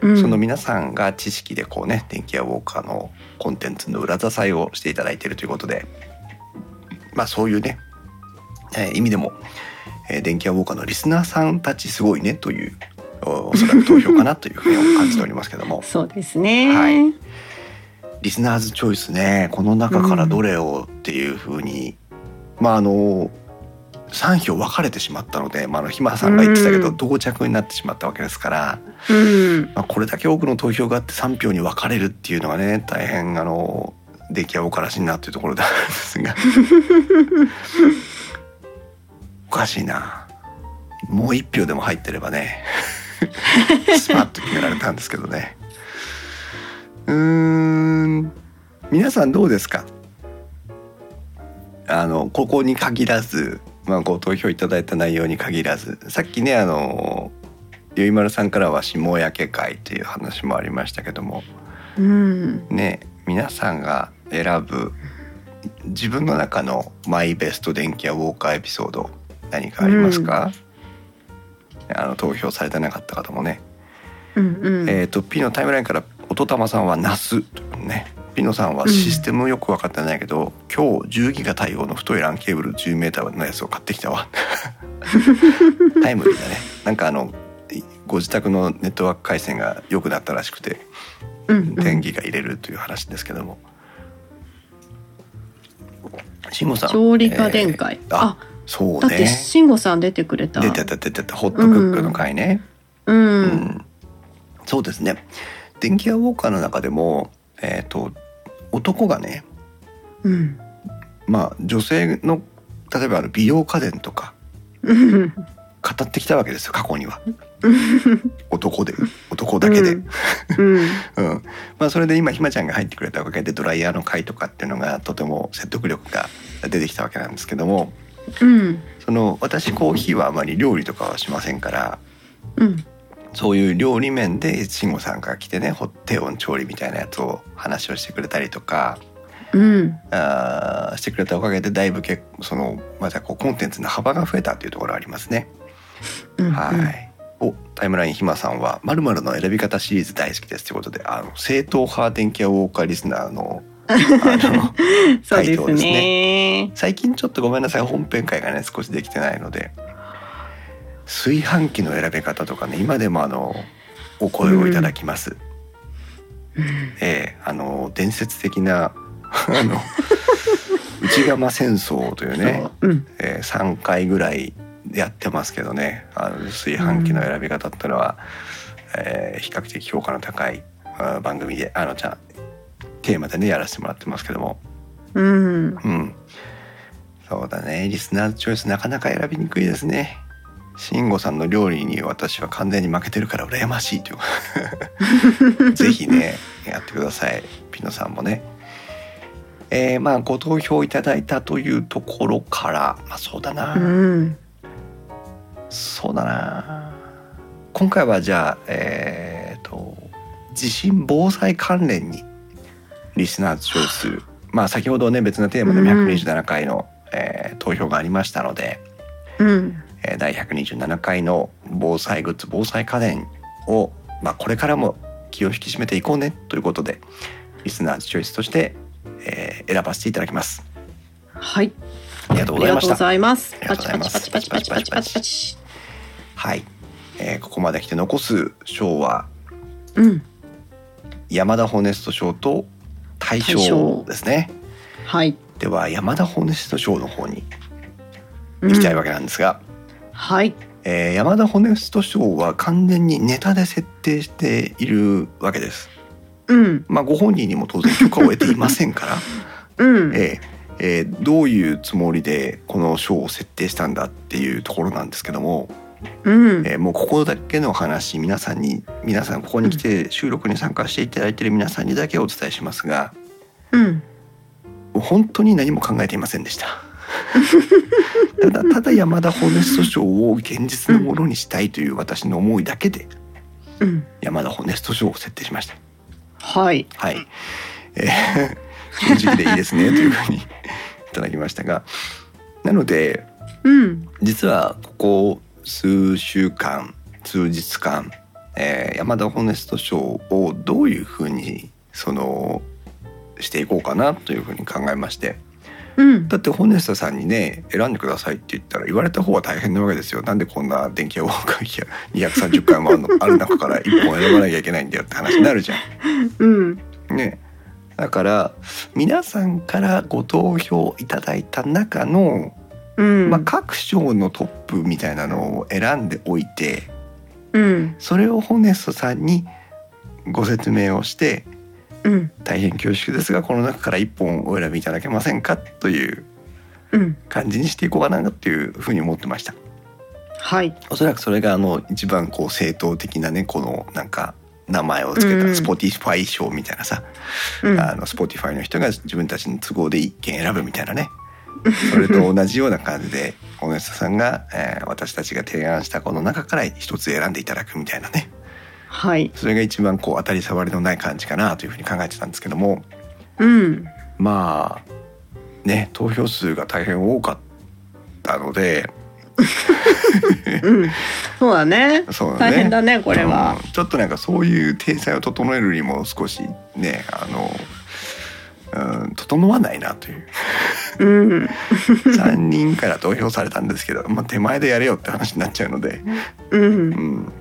うん。その皆さんが知識でこうね電気屋ウォーカーのコンテンツの裏支えをしていただいているということでまあそういうね、えー意味でも、えー電気屋ウォーカーのリスナーさんたちすごいねというおおそらく投票かなというふうに感じておりますけど もそうですね。はいリスナーズチョイスねこの中からどれをっていうふうに、まああの3票分かれてしまったので、まあ、あのひまさんが言ってたけどうん同着になってしまったわけですから、うんまあ、これだけ多くの投票があって3票に分かれるっていうのはね大変あの出来はおからしいなというところなんですが おかしいなもう1票でも入ってればね スパッと決められたんですけどねうーん皆さんどうですかあのここに限らず、まあ、ご投票いただいた内容に限らずさっきねあのゆいまるさんからは「下焼け会」という話もありましたけどもうんね皆さんが選ぶ自分の中のマイベスト電気屋ウォーカーエピソード何かありますか、あの投票されてなかった方もね、うんうんえー、と P のタイムラインから音玉さんは「ナス」というね P のさんはうんシステムよく分かってないけど、今日10ギガ対応の太い LAN ケーブル 10m のやつを買ってきた わタイムリーだねなんかあのいご自宅のネットワーク回線が良くなったらしくてうん電気が入れるという話ですけども慎吾さん調理家電解、えーああそうだってね慎吾さん出てくれた出てた出てたホットクックの回ね、う、うんそうですね電気屋ウォーカーの中でもえっ、と男がねうんまあ女性の例えばあの美容家電とかうん語ってきたわけですよ過去 には男で男だけで、うんうんまあ、それで今ひまちゃんが入ってくれたおかげでドライヤーの回とかっていうのがとても説得力が出てきたわけなんですけどもうんその私コーヒーはあまり料理とかはしませんからうんそういう料理面で慎吾さんが来てねほ低温調理みたいなやつを話をしてくれたりとかうんあーしてくれたおかげでだいぶけそのまたこうコンテンツの幅が増えたというところありますね。うんはい。おタイムラインひまさんは「まるの選び方」シリーズ大好きですということであの正統派電気屋ウォーカーリスナー のあのそうで回す答ですね最近ちょっとごめんなさい本編会がね少しできてないので炊飯器の選び方とかね今でもあのお声をいただきます、ええあの伝説的な あの内釜戦争というねそううんえー3回ぐらいやってますけどねあの炊飯器の選び方っていうのは、えー比較的評価の高いあー番組であのちゃんテーマでねやらせてもらってますけどもうんうんそうだねリスナーチョイスなかなか選びにくいですね慎吾さんの料理に私は完全に負けてるから羨ましいというぜひねやってくださいピノさんもねえーまあご投票いただいたというところからまあそうだな、うんそうだな今回はじゃあえっ、と地震防災関連にリスナーズチョイスまあ先ほどね別のテーマでうん127回の、えー投票がありましたので、うんえー第127回の防災グッズ防災家電を、まあ、これからも気を引き締めていこうねということでリスナーズチョイスとして、えー選ばせていただきます。はいありがとうあごりざいがまとしたうご。ざいますありがパとうチございパますチパチパチパチパチパチパチはい、えーここまで来て残す賞はうん山田ホネスト賞と大大賞賞ですねはいでは山田ホネスト賞の方に行きたいわけなんですが、うんはいえー山田ホネスト賞は完全にネタで設定しているわけですうんまあご本人にも当然許可を得ていませんから うんえーえーどういうつもりでこの賞を設定したんだっていうところなんですけども、うんえーもうここだけの話皆さんに皆さんここに来て収録に参加していただいている皆さんにだけお伝えしますが、うん本当に何も考えていませんでしたただただ山田ホネスト賞を現実のものにしたいという私の思いだけでうん山田ホネスト賞を設定しましたはいはい、えー正直でいいですねというふうにいただきましたがなのでうん実はここ数週間数日間、えー山田ホネスト賞をどういうふうにそのしていこうかなというふうに考えましてうんだってホネストさんにね選んでくださいって言ったら言われた方は大変なわけですよなんでこんな電気屋ウォーカーや230回もあるのある中から1本選ばなきゃいけないんだよって話になるじゃうんん。ねだから皆さんからご投票いただいた中のうんまあ、各賞のトップみたいなのを選んでおいてうんそれをホネストさんにご説明をしてうん大変恐縮ですがこの中から1本お選びいただけませんかといううん感じにしていこうかなっていうふうに思ってました。はいおそらくそれがあの一番こう正当的なねこのなんか名前をつけうたんスポティファイ賞みたいなさ、うんあのスポティファイの人が自分たちの都合で一件選ぶみたいなねそれと同じような感じで小野下さんが、えー私たちが提案したこの中から一つ選んでいただくみたいなねはいそれが一番こう当たり障りのない感じかなというふうに考えてたんですけどもうんまあね投票数が大変多かったのでうんそうだねそうだ大ね変だねこれはうんちょっとなんかそういう体裁を整えるにも少しねあの、うん、整わないなと いううん3人から投票されたんですけど、まあ、手前でやれよって話になっちゃうので、ううんん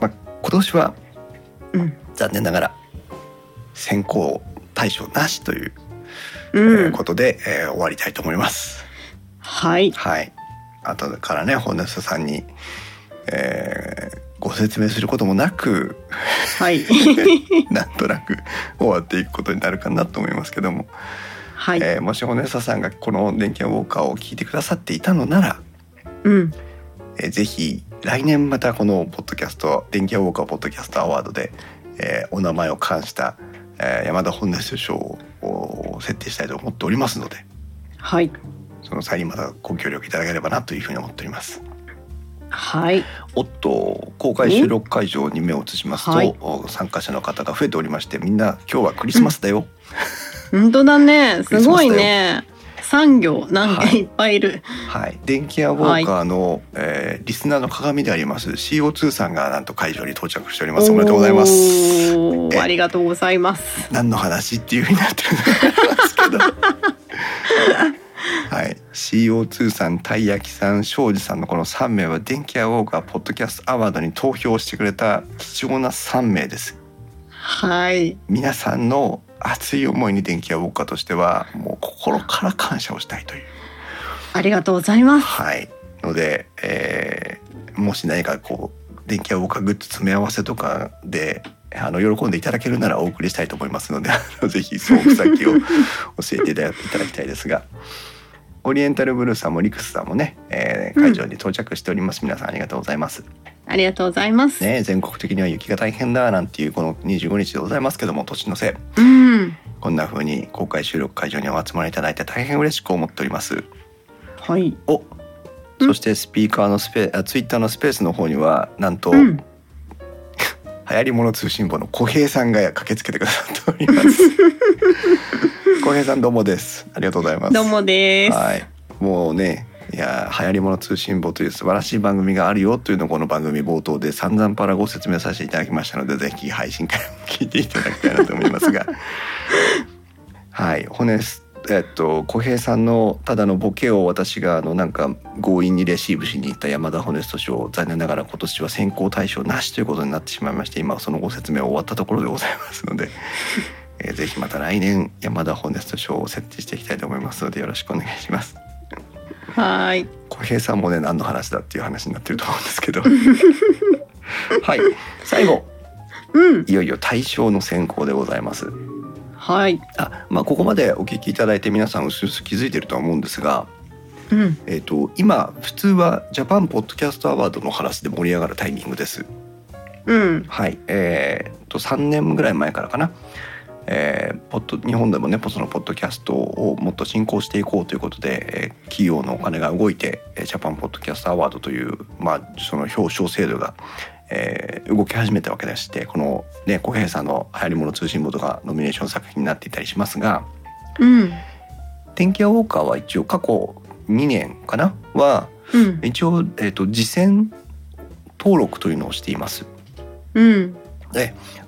まあ、今年はうん残念ながら選考対象なしという、えうーんことで、えー終わりたいと思います。はいはい後からね本田さんに、えーご説明することもなくはい なんとなく終わっていくことになるかなと思いますけども、はいえーもしホネスタさんがこの「電気ウォーカー」を聞いてくださっていたのなら、うんえーぜひ来年またこのポッドキャスト「電気ウォーカーポッドキャストアワードで」えーお名前を冠した、えー山田ホネスト賞をお設定したいと思っておりますのではいその際にまたご協力いただければなというふうに思っております。はいおっと公開収録会場に目を移しますと、はいお参加者の方が増えておりましてみんな今日はクリスマスだよ、本当だねすごいね産業なんかはいいっぱいいるはい、電気屋ウォーカーの、えーリスナーの鏡であります CO2 さんがなんと会場に到着しております。おめでとうございます。おーえありがとうございます何の話っていうふうになってるんですけど。 はい、CO2 さん、たいやきさん、庄司さんのこの3名は電気屋ウォーカーポッドキャストアワードに投票してくれた貴重な3名です。はい皆さんの熱い思いに電気屋ウォーカーとしてはもう心から感謝をしたいという。ありがとうございますはい。ので、えーもし何かこう電気やウォーカーグッズ詰め合わせとかで。あの喜んでいただけるならお送りしたいと思いますので あのぜひ送付先を教えていただきたいですがオリエンタルブルーさんもリクスさんもね、えーうん会場に到着しております、皆さんありがとうございます、ありがとうございます、ね、全国的には雪が大変だなんていうこの25日でございますけども年のせいうんこんな風に公開収録会場にお集まりいただいて大変嬉しく思っておりますはいおうんそしてスピーカーのスペあツイッターのスペースの方にはなんと、う 流ん行り物通信簿の小平さんが駆けつけてくださっており ます小平さんどうもですありがとうございますどうもですはいもうねいや流行り物通信簿という素晴らしい番組があるよというのをこの番組冒頭で散々パラご説明させていただきましたのでぜひ配信からも聞いていただきたいなと思います がはい骨すえっと小平さんのただのボケを私があのなんか強引にレシーブしに行った山田ホネスト賞残念ながら今年は選考対象なしということになってしまいまして今そのご説明は終わったところでございますのでえーぜひまた来年山田ホネスト賞を設置していきたいと思いますのでよろしくお願いします。はい小平さんもね何の話だっていう話になってると思うんですけどはい最後うんいよいよ大賞の選考でございますはいあまあここまでお聞きいただいて皆さんうすうす気づいてるとは思うんですが、うんえー、と今普通はジャパンポッドキャストアワードの話で盛り上がるタイミングですうんはい、えー、と3年ぐらい前からかな、えーポッド日本でもねそのポッドキャストをもっと進行していこうということで、えー企業のお金が動いてえージャパンポッドキャストアワードという、まあ、その表彰制度が、えー動き始めたわけでしてこの、ね、小平さんの流行り物通信簿とかノミネーション作品になっていたりしますがうん「天気屋ウォーカー」は一応過去2年かなはうん一応、えー、と事前登録というのをしています。うん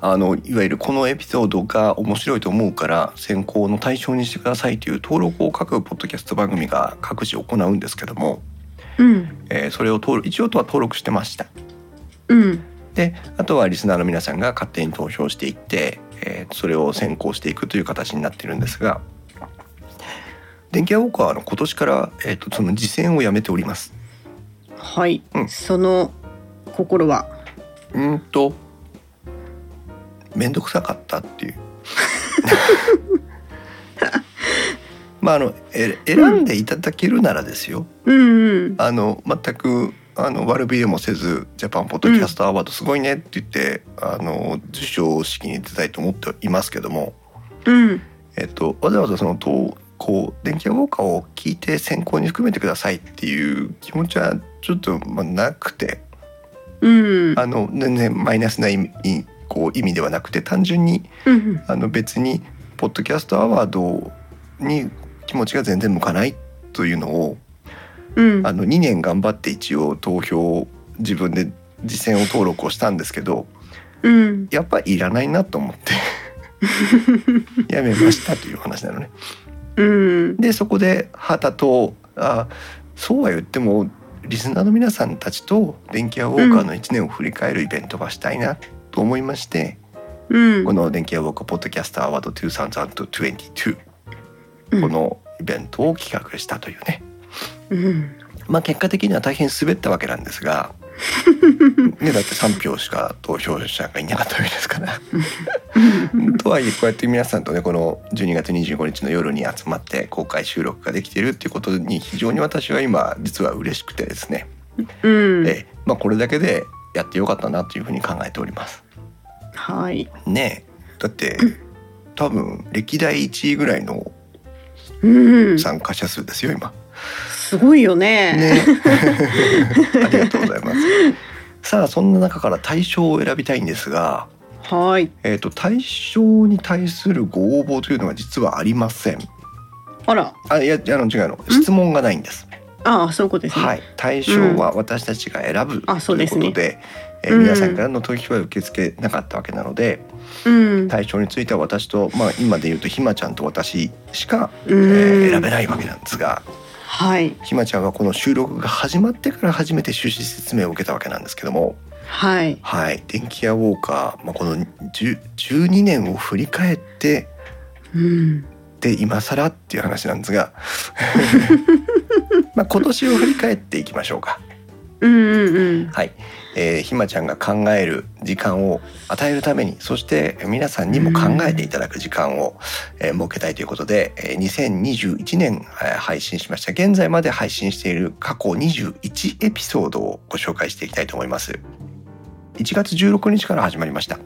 あのいわゆるこのエピソードが面白いと思うから選考の対象にしてくださいという登録を各ポッドキャスト番組が各自行うんですけども、うんえーそれを登録一応とは登録してましたうんであとはリスナーの皆さんが勝手に投票していって、えーそれを選考していくという形になってるんですが電気屋ウォーカーはあの今年から、えっとその実践をやめております。はい、うんその心はうーんと面倒くさかったっていうまああのえ選んでいただけるならですよ、うんうんあの全くあの悪びれもせず「ジャパンポッドキャストアワードすごいね」って言って、あの受賞式に出たいと思っていますけども、うんえっと、わざわざその投稿電気屋ウォーカーを聞いて選考に含めてくださいっていう気持ちはちょっと、まあ、なくてうん あの全然マイナスな意味いこう意味ではなくて単純にうんあの別にポッドキャストアワードに気持ちが全然向かないというのをうんあの2年頑張って一応投票を自分で実践を登録をしたんですけどうんやっぱりいらないなと思ってやめましたという話なのね。うんでそこで旗とあそうは言ってもリスナーの皆さんたちと電気屋ウォーカーの1年を振り返るイベントがしたいなと思いまして、うんこの「電気屋ウォーカーポッドキャストアワード2022」うんこのイベントを企画したというね。うんまあ結果的には大変滑ったわけなんです が、ね、だって3票しか投票者がいなかったわけです から。とはいえこうやって皆さんとねこの12月25日の夜に集まって公開収録ができているっていうことに非常に私は今実は嬉しくてですね、うんえまあ、これだけでやってよかったなというふうに考えております。はいねえだ って多分歴代1位ぐらいのうん参加者数ですよ今。すごいよねね。 ありがとうございます。さあそんな中から大賞を選びたいんですが、はいえっ、と大賞に対するご応募というのは実はありません。あらあいやあの違うの質問がないんです。ああそういうことですねはいい大賞は私たちが選ぶあそといううでこすとねで、えーうん皆さんからの投票は受け付けなかったわけなので、うん対象については私とまあ今で言うとひまちゃんと私しか、えーうん選べないわけなんですが。はいひまちゃんはこの収録が始まってから初めて趣旨説明を受けたわけなんですけども、はいはい、電気屋ウォーカー、まあ、この10 12年を振り返ってうんで今更っていう話なんですが まあ今年を振り返っていきましょうか、うんうんうんはいえーひまちゃんが考える時間を与えるためにそして皆さんにも考えていただく時間を、えー設けたいということで、えー2021年、えー配信しました現在まで配信している過去21エピソードをご紹介していきたいと思います1月16日から始まりました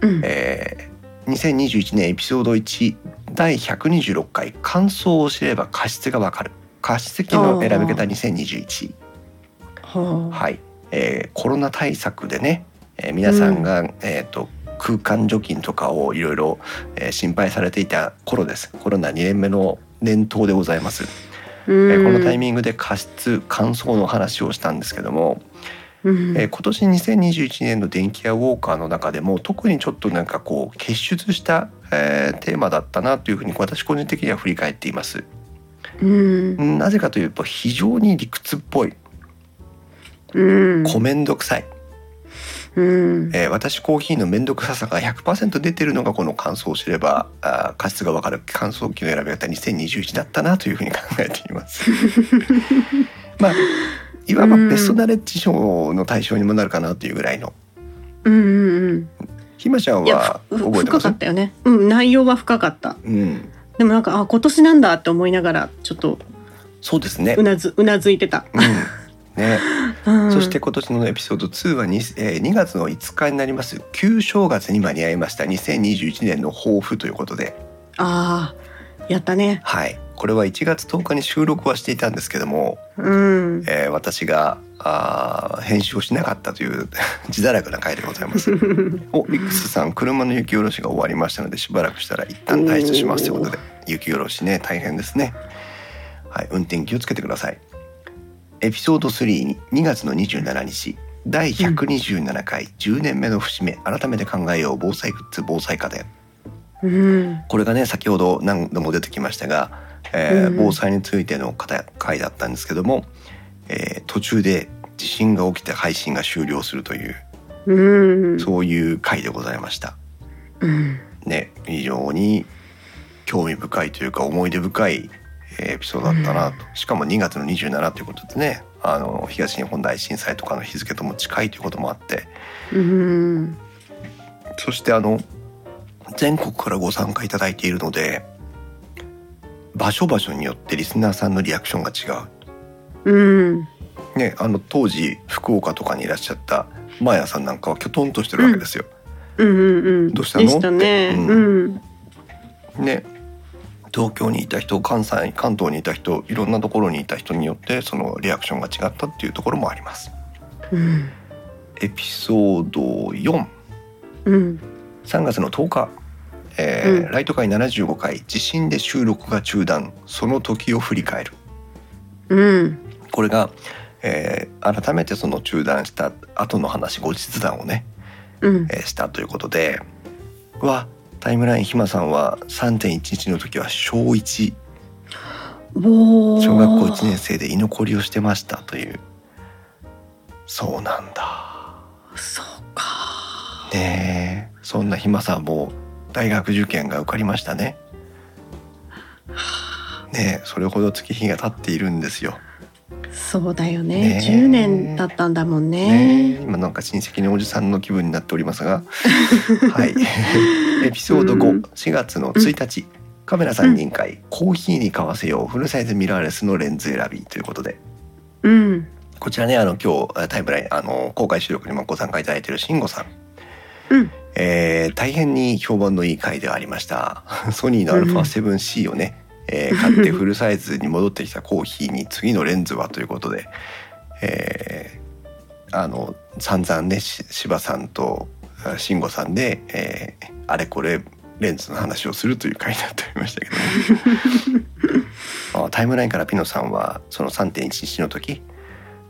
うんえー2021年エピソード1第126回「感想を知れば過失がわかる」「加湿器の選び方2021は」あはい、えーコロナ対策でね、えー皆さんが、えー、と空間除菌とかをいろいろえー心配されていた頃ですコロナ2年目の年頭でございます、えーこのタイミングで加湿乾燥の話をしたんですけども、うんえー今年2021年の電気屋ウォーカーの中でも特にちょっとなんかこう結出した、えーテーマだったなというふうに私個人的には振り返っています。うんんなぜかというと非常に理屈っぽい、うんこめんどくさい、うんえー私コーヒーのめんどくささが100%出てるのがこの感想を知ればあー加湿がわかる乾燥機の選び方2021だったなというふうに考えてい ます。まあいわばベストナレッジ賞の対象にもなるかなというぐらいの。うんうんひまちゃんうんいやはふ覚えてま深すかったよねうん内容は深かったうん、でもなんかあ今年なんだって思いながらちょっとそうですねう。なずうなずいてた、うん、ね、うん、そして今年のエピソード2は 2,、えー2月の5日になります旧正月に間に合いました2021年の抱負ということで、ああやったねはい、これは1月10日に収録はしていたんですけども、うんえー私があー編集をしなかったという 自堕落な回でございます。お、リックスさん車の雪下ろしが終わりましたのでしばらくしたら一旦退出しますということで雪下ろしね大変ですね。はい、運転気をつけてください。エピソード3に2月の27日第127回10年目の節目改めて考えよう防災グッズ防災家電うんこれがね先ほど何度も出てきましたが、えーうん防災についての方回だったんですけども、えー途中で地震が起きて配信が終了するといううんそういう回でございました。うんね非常に興味深いというか思い出深い、えーエピソードだったなと、しかも2月の27ということでねあの東日本大震災とかの日付とも近いということもあってうんそしてあの全国からご参加いただいているので場所場所によってリスナーさんのリアクションが違ううんね、あの当時福岡とかにいらっしゃったマーヤさんなんかはきょとんとしてるわけですよ。うんうんうんどうしたのでしたねってううんね東京にいた人関西関東にいた人いろんなところにいた人によってそのリアクションが違ったっていうところもあります。うんエピソード43うん月の10日、えーうんライト会75回地震で収録が中断その時を振り返るうんこれが、えー改めてその中断した後の話後日談をねうんえーしたということでうわタイムラインひまさんは3.11の時は小1おー小学校1年生で居残りをしてましたというそうなんだそうかねえそんなひまさんも大学受験が受かりましたねねえそれほど月日が経っているんですよ、そうだよねねえ10年だったんだもんねねえ今なんか親戚のおじさんの気分になっており ますがはい エピソードうん54月の1日、カメラ3人会、コーヒーに買わせようフルサイズミラーレスのレンズ選びということでうんこちらねあの今日タイムラインあの公開収録にもご参加いただいている慎吾さん、うんえー大変に評判のいい回ではありました ソニーの α7C をね、えー買ってフルサイズに戻ってきたコーヒーに次のレンズはということで、えーあの散々ねし柴さんとあ慎吾さんで、えーあれこれレンズの話をするという回になっておりましたけど、ね、あタイムラインからピノさんはその3.11の時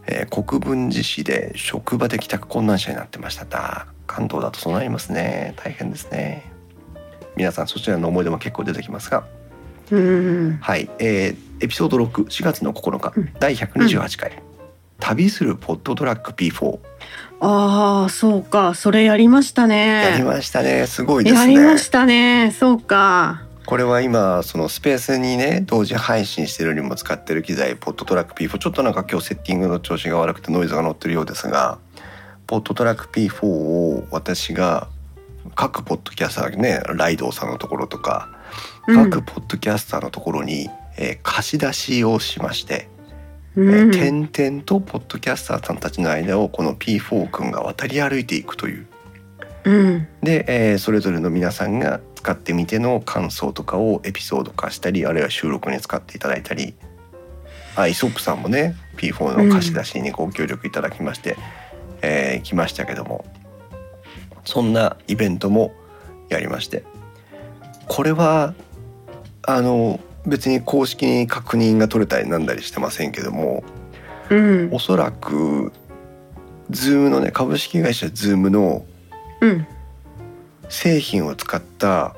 えー国分寺市で職場で帰宅困難者になってましたが関東だとそうなりますね大変ですね皆さんそちらの思い出も結構出てきますがうんはい、えーエピソード64月の9日、うん第128回、旅するポットトラック P4」ああそうかそれやりましたやりねましたねすごいですやねりましたねそうかこれは今そのスペースにね同時配信してるにも使ってる機材ポットトラック P4 ちょっとなんか今日セッティングの調子が悪くてノイズが乗ってるようですがポットトラック P4 を私が各ポッドキャスターねライドウさんのところとかうん各ポッドキャスターのところに、えー貸し出しをしまして、うえんー点々とポッドキャスターさんたちの間をこの P4 君が渡り歩いていくといううんで、えーそれぞれの皆さんが使ってみての感想とかをエピソード化したりあるいは収録に使っていただいたりあイソップさんもね P4 の貸し出しにご協力いただきまして、えー来ましたけどもそんなイベントもやりましてこれはあの別に公式に確認が取れたりなんだりしてませんけども、うんおそらく Zoom のね株式会社 Zoom のうん製品を使った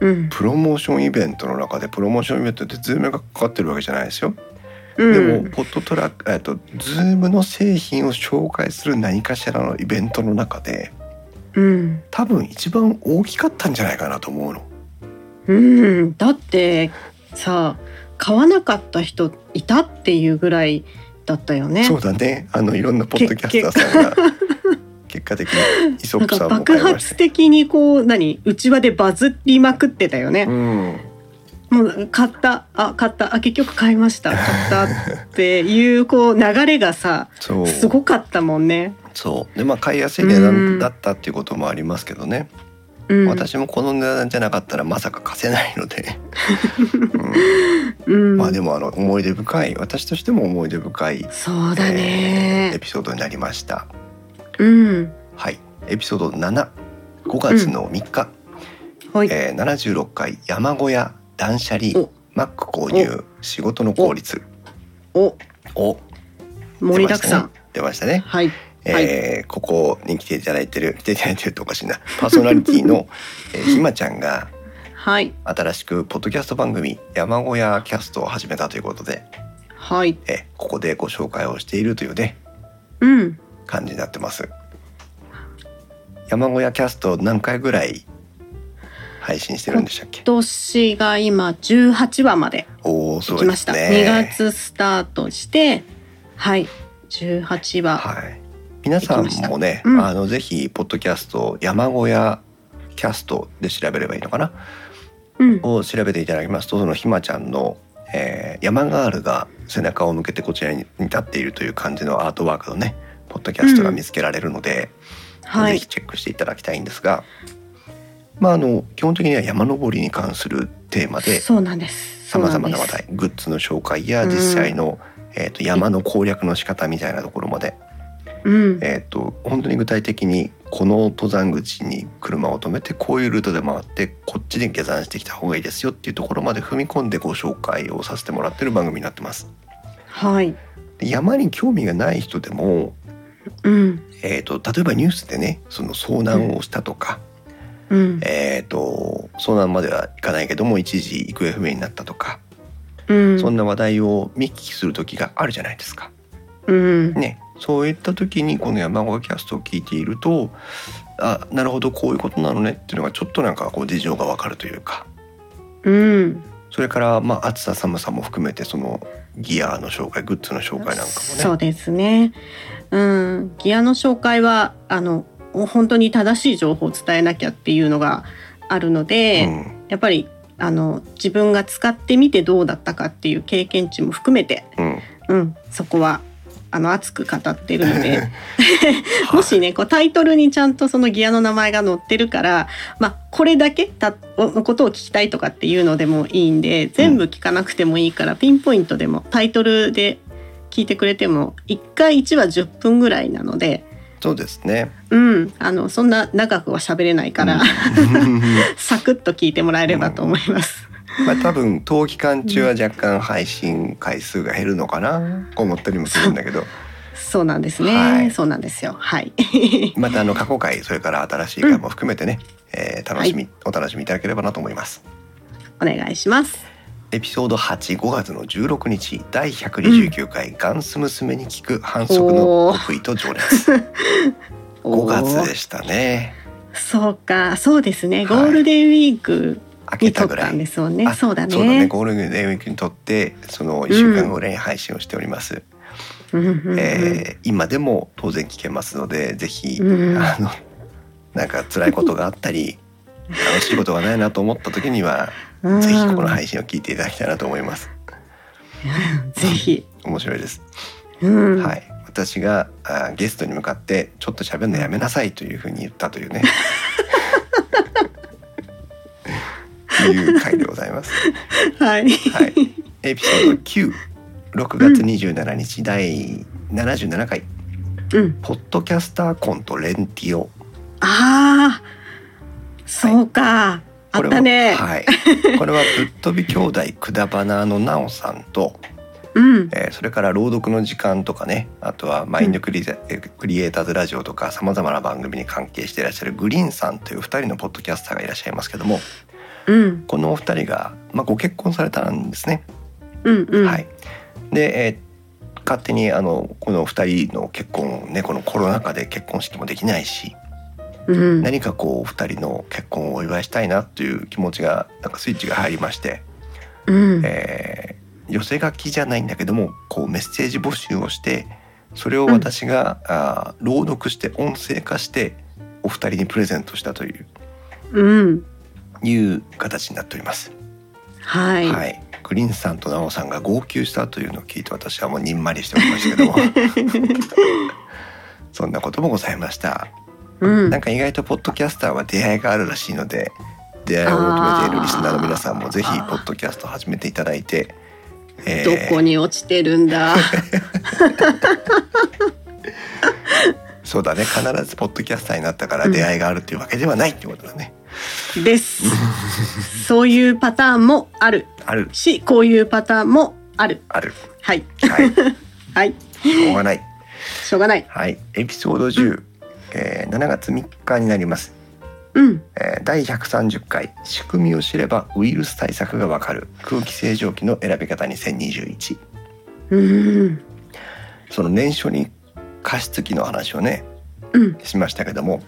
うんプロモーションイベントの中でプロモーションイベントってズームがかかってるわけじゃないですよ、うんでもポットトラックえっとズームの製品を紹介する何かしらのイベントの中でうん多分一番大きかったんじゃないかなと思うのうんだってさ買わなかった人いたっていうぐらいだったよねそうだねあのいろんなポッドキャスターさんが 結果的にイソッなんプさかんも爆買いまし発て的にこう何内輪でバズりまくってた よね、うんもう買ったあ買ったあ結局買いました買ったっていうこう流れがさそうすごかったもんね、そうでまあ買いやすい値段うんだったっていうこともありますけどね、うん、私もこの値段じゃなかったらまさか貸せないの で、うんうん、まあでもあの思い出深い私としても思い出深い、そうだねえーエ、ピソードになりましたうんはいエピソード75月の3日、はい、えー76回山小屋断捨離おマック購入仕事の効率おを盛りだくさん、出ましたね、はいえはいーここに来ていただいてる来ていただいてるとおかしいなパーソナリティの、えーひまちゃんがはい新しくポッドキャスト番組「山小屋キャスト」を始めたということで、はいえーここでご紹介をしているというねうん感じになってます山小屋キャスト何回ぐらい配信してるんでしたっけ今年が今18話までおお遅きいでましすた、ね。 2月スタートしてはい18話、はい。皆さんもね、行きましたうんあのぜひポッドキャスト山小屋キャストで調べればいいのかなうんを調べていただきますとそのひまちゃんの、えー山ガールが背中を向けてこちらに立っているという感じのアートワークのねポッドキャストが見つけられるので、はぜいひチェックしていただきたいんですが、まああの基本的には山登りに関するテーマでそうなんですさまざまな話そう題グッズの紹介や実際の、えー、と山の攻略の仕方みたいなところまでなんですうんえー、と本当に具体的にこの登山口に車を止めてこういうルートで回ってこっちで下山してきた方がいいですよっていうところまで踏み込んでご紹介をさせてもらってる番組になってます。はいで山に興味がない人でも、うんえー、と例えばニュースでねその遭難をしたとか、うんえー、と遭難まではいかないけども一時行方不明になったとか、うんそんな話題を見聞きする時があるじゃないですか。うんね、そういった時にこの山小屋キャストを聞いているとあなるほどこういうことなのねっていうのがちょっとなんかこう事情がわかるというかうんそれからまあ暑さ寒さも含めてそのギアの紹介グッズの紹介なんかそもねうですね。うん、ギアの紹介はあの本当に正しい情報を伝えなきゃっていうのがあるので、やっぱりあの自分が使ってみてどうだったかっていう経験値も含めて、うんうんうん、そこはあの熱く語ってるの ではい もしねこうタイトルにちゃんとそのギアの名前が載ってるから、まあ、これだけたのことを聞きたいとかっていうのでもいいんで全部聞かなくてもいいから、ピンポイントでもタイトルで聞いてくれても1回1話10分ぐらいなので、そうですねうん、あのそんな長くは喋れないから、うん サクッと聞いてもらえればと思います。まあ多分冬期間中は若干配信回数が減るのかなと思ったりもするんだけどそうなん ですね、はいそうなんですよ。はい。 またあの過去回それから新しい回も含めてね、えー楽しみ、お楽しみいただければなと思います。お願いします。エピソード85月の16日第129回、ガンス娘に聞く反則の得意と情熱5 おー月でしたねそうか、そうですね。ゴはいールデンウィーク明けにた撮っぐらたんでいすもんね。あそうだね。そうだねゴールデンウィークにとってその1週間後ぐらいに配信をしております、うんうんうんえー今でも当然聞けますのでぜひ、うんあのなんか辛いことがあったり楽しいことがないなと思った時には、うんぜひこの配信を聞いていただきたいなと思いますぜひ、面白いですうんはい、私があーゲストに向かってちょっと喋るのやめなさいというふうに言ったという ね。いう回でございます。はいはい、エピソード9、6月27日、第77回うん、ポッドキャスターコンとレンティオ。ああそうか、あこっれはたね、はい。これはぶっ飛び兄弟くだばなのなおさんと、うんえーそれから朗読の時間とかねあとはマインドクリ,、クリエイターズラジオとかさまざまな番組に関係していらっしゃるグリーンさんという2人のポッドキャスターがいらっしゃいますけどもうんこのお二人が、まあ、ご結婚されたんですね。うんうんはい、で、えー勝手にあのこの2人の結婚をねこのコロナ禍で結婚式もできないしうん何かこうお二人の結婚をお祝いしたいなという気持ちがなんかスイッチが入りまして、うんえー寄せ書きじゃないんだけどもこうメッセージ募集をしてそれを私が、あー朗読して音声化してお二人にプレゼントしたといううんいう形になっております。はい、はい、グリーンさんとナオさんが号泣したというのを聞いて私はもうにんまりしておりましたけども そんなこともございました。うんなんか意外とポッドキャスターは出会いがあるらしいので出会いを求めているリスナーの皆さんもぜひあポーッドキャストを始めていただいて、えどーこに落ちてる んだそうだね必ずポッドキャスターになったから出会いがあるっていうわけではないってことだね、ですそういうパターンもあるあるしこういうパターンもあるあるはいはいはいしょうがないしょうがないはいエピソード10、えー7月3日になります、うんえー第130回「仕組みを知ればウイルス対策がわかる空気清浄機の選び方2021うん」その年初に加湿器の話をねうんしましたけども、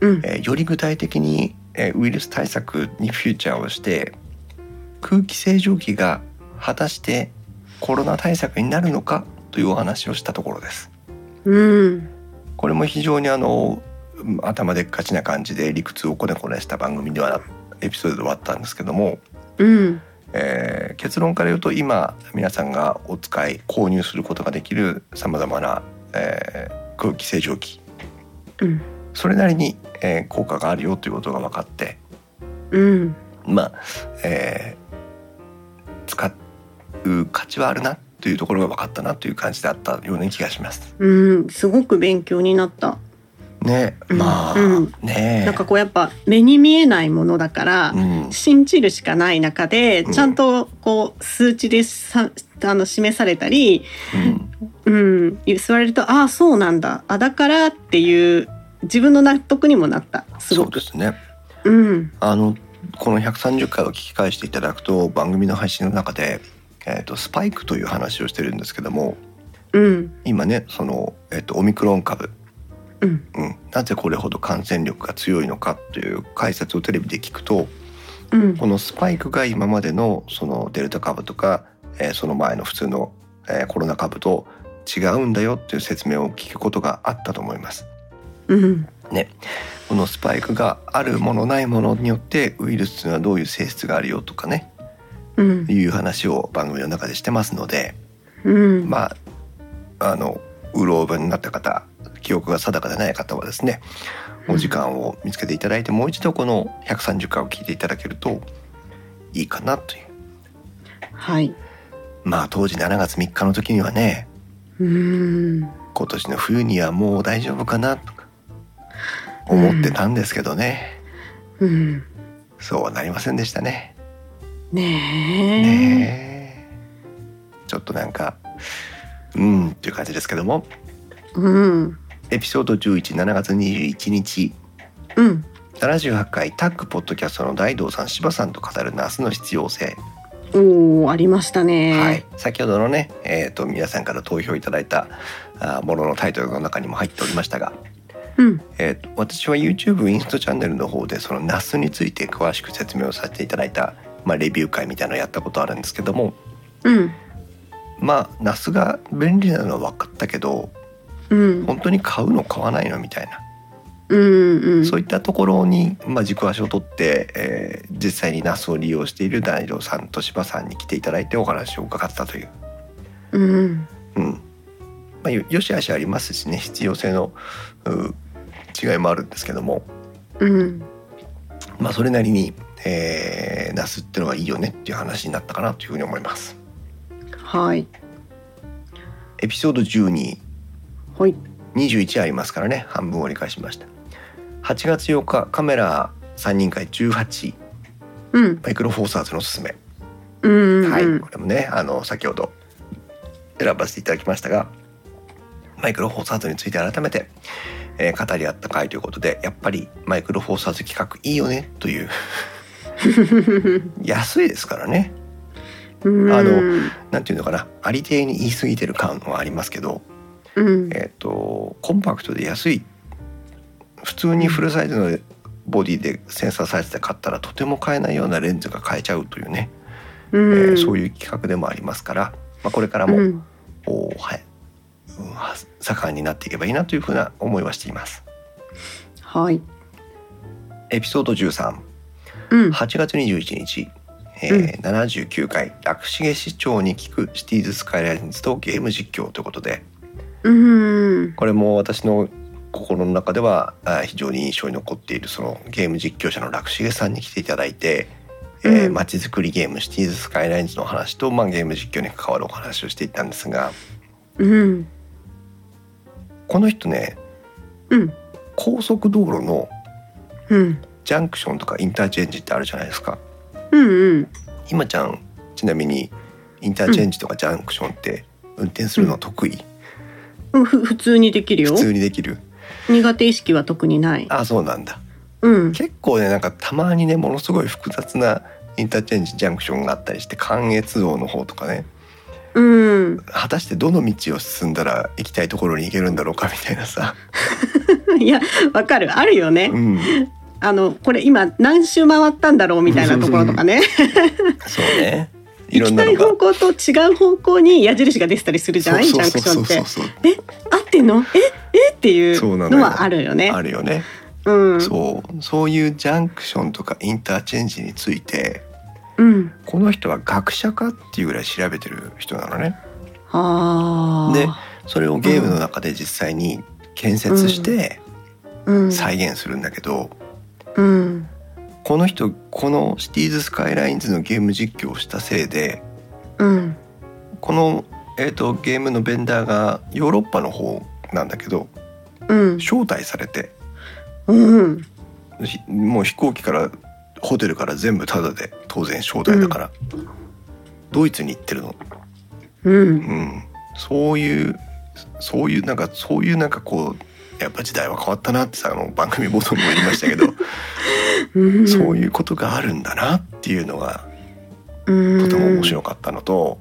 うんえーより具体的に、えーウイルス対策にフューチャーをして空気清浄機が果たしてコロナ対策になるのかというお話をしたところです。うん。これも非常にあのうん頭でっかちな感じで理屈をこねこねした番組ではエピソードで終わったんですけども、うん。えー結論から言うと今皆さんがお使い購入することができるさまざまな、えー空気清浄機うん。それなりに、えー効果があるよということが分かってうん。まあ、えー使う価値はあるなというところが分かったなという感じだったような気がします。うん。すごく勉強になった。ね、まあ、うんねえなんかこうやっぱ目に見えないものだから、うん信じるしかない中で、うんちゃんとこう数値でさあの示されたり、うんうん、言われるとああそうなんだあだからっていう自分の納得にもなったすそごうくですねうんあのこの130回を聞き返していただくと番組の配信の中で、えー、とスパイクという話をしてるんですけどもうん今ねその、えー、とオミクロン株、うんうん、なぜこれほど感染力が強いのかという解説をテレビで聞くとうんこのスパイクが今までのそのデルタ株とか、えーその前の普通の、えーコロナ株と違うんだよっていう説明を聞くことがあったと思います。うんこのスパイクがあるものないものによってウイルスにはどういう性質があるよとかねうんいう話を番組の中でしてますのでうんまああのうろ覚えになった方記憶が定かでない方はですねお時間を見つけていただいてもう一度この130回を聞いていただけるといいかなというはいまあ当時7月3日の時にはねうん今年の冬にはもう大丈夫かなとか思ってたんですけどね、うんそうはなりませんでしたね。ねねえちょっとなんかうんっていう感じですけどもえうんエピソード117月21日うん78回タッグポッドキャストの大道さん柴さんと語るナースの必要性、おおありましたねはい、先ほどのね、えー、と皆さんから投票いただいたあーもののタイトルの中にも入っておりましたが、うんえーと私は YouTube インストチャンネルの方でそのナスについて詳しく説明をさせていただいた、まあ、レビュー会みたいなのをやったことあるんですけどもうんまあナスが便利なのは分かったけどうん本当に買うの買わないのみたいなうんうんそういったところに、まあ、軸足を取って、えー実際にナスを利用している大道さんと柴さんに来ていただいてお話を伺ったという、うんうんまあ、よよし悪しありますしね必要性のう違いもあるんですけども、うんまあ、それなりに、えー、ナスってのはいいよねっていう話になったかなというふうに思います。はいエピソード12はい21ありますからね半分折り返しました8月8日カメラ3人会18うんマイクロフォーサーズのおすすめうんうんうんはい、これもねあの先ほど選ばせていただきましたがマイクロフォーサーズについて改めて、えー語り合った回ということでやっぱりマイクロフォーサーズ企画いいよねという安いですからねうんあのなんていうのかなありていに言い過ぎてる感はありますけど、うんえー、とコンパクトで安い普通にフルサイズのボディでセンサーサイズで買ったらとても買えないようなレンズが買えちゃうというね、えーそういいう企画でもありますから、まあ、これからうも、んこうはい、うんは盛んになっていけばいいなというふうな思いはしています。はいエピソード138うん月21日、えー79回楽重市長に聞くシティーズスカイラインズとゲーム実況ということでうんこれも私の心の中ではあー非常に印象に残っているそのゲーム実況者の楽重さんに来ていただいて、えーうん街づくりゲームシティーズスカイラインズの話と、まあ、ゲーム実況に関わるお話をしていったんですがうんこの人ねうん高速道路のうんジャンクションとかインターチェンジってあるじゃないですか。うん今ちゃんちなみにインターチェンジとかジャンクションって運転するの得意、うんふ普通にできるよ普通にできる苦手意識は特にないあそうなんだうん結構ねなんかたまにねものすごい複雑なインターチェンジジャンクションがあったりして関越道の方とかねうん果たしてどの道を進んだら行きたいところに行けるんだろうかみたいな さ、いやわかるあるよねうん、あのこれ今何周回ったんだろうみたいなところとかねそうねいろんなの行きたいが方向と違う方向に矢印が出てたりするじゃないジそうャそンクうシそョンうってそうそう合ってんのええっていそううなののよはあるよねあるよね、うんそうそういうジャンクションとかインターチェンジについてうんこの人は学者かっていうぐらい調べてる人なのねあでーそれをゲームの中で実際に建設してうん再現するんだけど、うんこの人このシティーズ・スカイラインズのゲーム実況をしたせいでうんこの、えー、とゲームのベンダーがヨーロッパの方なんだけどうん招待されてうんひもう飛行機からホテルから全部タダで当然招待だから、ドイツに行ってるの、うんうん、そういうそういうなんかそういうなんかこうやっぱ時代は変わったなってさあの番組冒頭にも言いましたけど、うんそういうことがあるんだなっていうのがうとんても面白かったのと、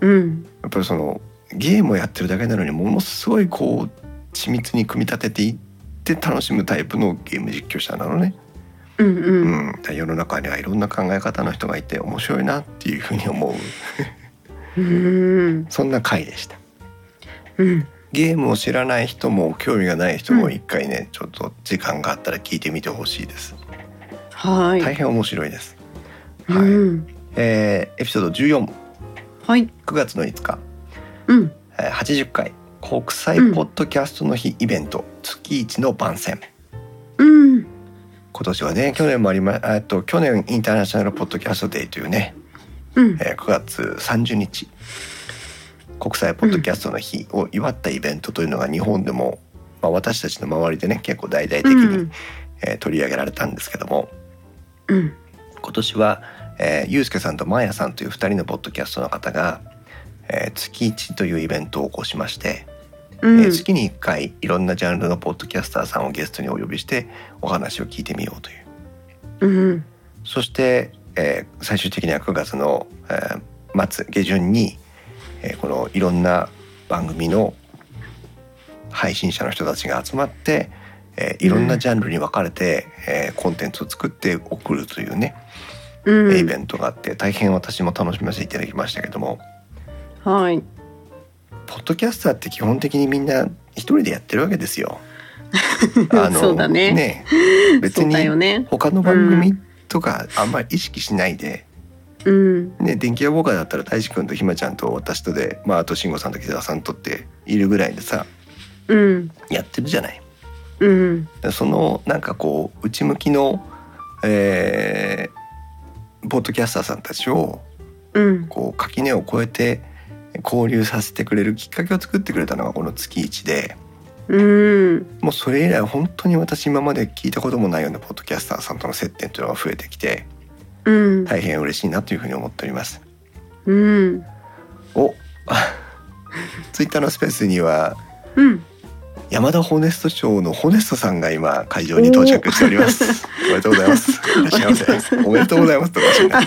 うんやっぱりそのゲームをやってるだけなのにものすごいこう緻密に組み立てていって楽しむタイプのゲーム実況者なのね。うんううんん、だから世の中にはいろんな考え方の人がいて面白いなっていうふうに思ううんそんな回でした。うんゲームを知らない人も興味がない人も一回ね、ちょっと時間があったら聞いてみてほしいです。はい大変面白いです。はいうんえーエピソード14、はい9月の5日、うんえー80回国際ポッドキャストの日イベント、月一の番宣。うん今年はね去年もありまえっと去年インターナショナルポッドキャストデーというね、うんえー9月30日国際ポッドキャストの日を祝ったイベントというのが日本でも、まあ、私たちの周りでね結構大々的に、うんえー取り上げられたんですけどもうん今年は、えー、ゆうすけさんとまーやさんという2人のポッドキャストの方が、えー月1というイベントを起こしまして、うんえー月に1回いろんなジャンルのポッドキャスターさんをゲストにお呼びしてお話を聞いてみようという。うんそして、えー最終的には9月の、えー末下旬に、えーこのいろんな番組の配信者の人たちが集まって、えーいろんなジャンルに分かれて、えーコンテンツを作って送るというね、うんイベントがあって大変私も楽しませていただきましたけどもはいポッドキャスターって基本的にみんな一人でやってるわけです よ。そうだね別そうだよにね他の番組とかあんまり意識しないで、うんね、電気屋ウォーカーだったら大志くんとひまちゃんと私とで、まあ、あと慎吾さんと木澤さんとっているぐらいでさうんやってるじゃない。うんそのなんかこう内向きの、えー、ポッドキャスターさんたちをうんこう垣根を越えて交流させてくれるきっかけを作ってくれたのがこの月1でうんもうそれ以来本当に私今まで聞いたこともないようなポッドキャスターさんとの接点というのが増えてきてうん大変嬉しいなというふうに思っております。うんお ツイッターのスペースにはうん山田ホネスト賞のホネストさんが今会場に到着しております。おめでとうございます。いらっしゃいませ。おめでとうございますとかしない。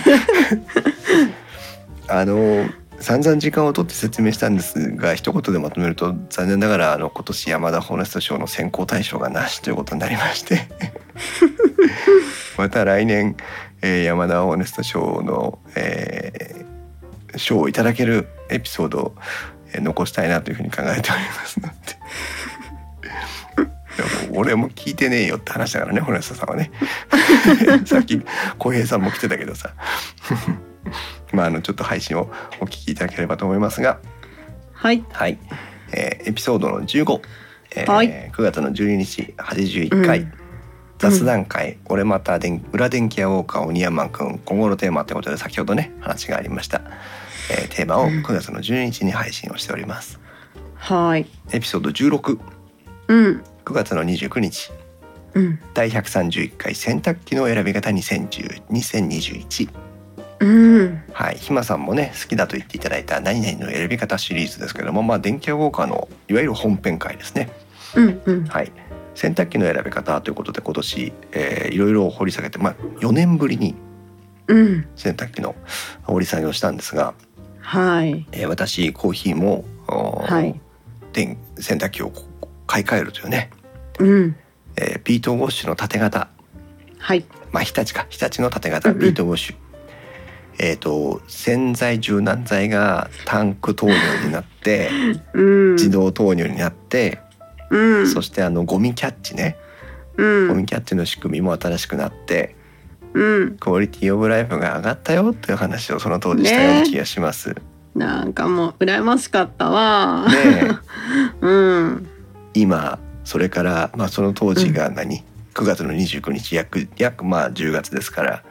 あの散々時間を取って説明したんですが一言でまとめると残念ながらあの今年山田ホネスト賞の選考対象がなしということになりましてまた来年、えー山田ホネスト賞の、えー賞をいただけるエピソードを、えー残したいなというふうに考えておりますのででも 俺も聞いてねえよって話だからねホネストさんは ねさっき浩平さんも来てたけどさ まあ、あのちょっと配信をお聞きいただければと思いますが、はいはいえーエピソードの15、えーはい9月の12日81回、うん雑談会、俺また電裏電気屋ウォーカー鬼山くん今後のテーマということで先ほどね話がありました、えーテーマをうん9月の12日に配信をしております。はいエピソード169うん月の29日うん第131回洗濯機の選び方2010 2021うんはい、ひまさんもね好きだと言っていただいた「何々の選び方」シリーズですけども、まあ、電気屋ウォーカーのいわゆる本編会ですね。うんうんはい、洗濯機の選び方ということで今年、えーいろいろ掘り下げて、まあ、4年ぶりにうん洗濯機の掘り下げをしたんですが、はいえー私コーヒーも、おーはい電洗濯機をこう買い替えるというね、うんえービートウォッシュの縦型、はいまあ、日立か日立の縦型うんうんビートウォッシュ、えー、と洗剤柔軟剤がタンク投入になってうん、自動投入になって、うん、そしてあのゴミキャッチね、うん、ゴミキャッチの仕組みも新しくなってうん、クオリティオブライフが上がったよっていう話をその当時したような気がします。ねなんかもう羨ましかったわ。 えうん、今それから、まあ、その当時が何、9月の29日約約まあ10月ですから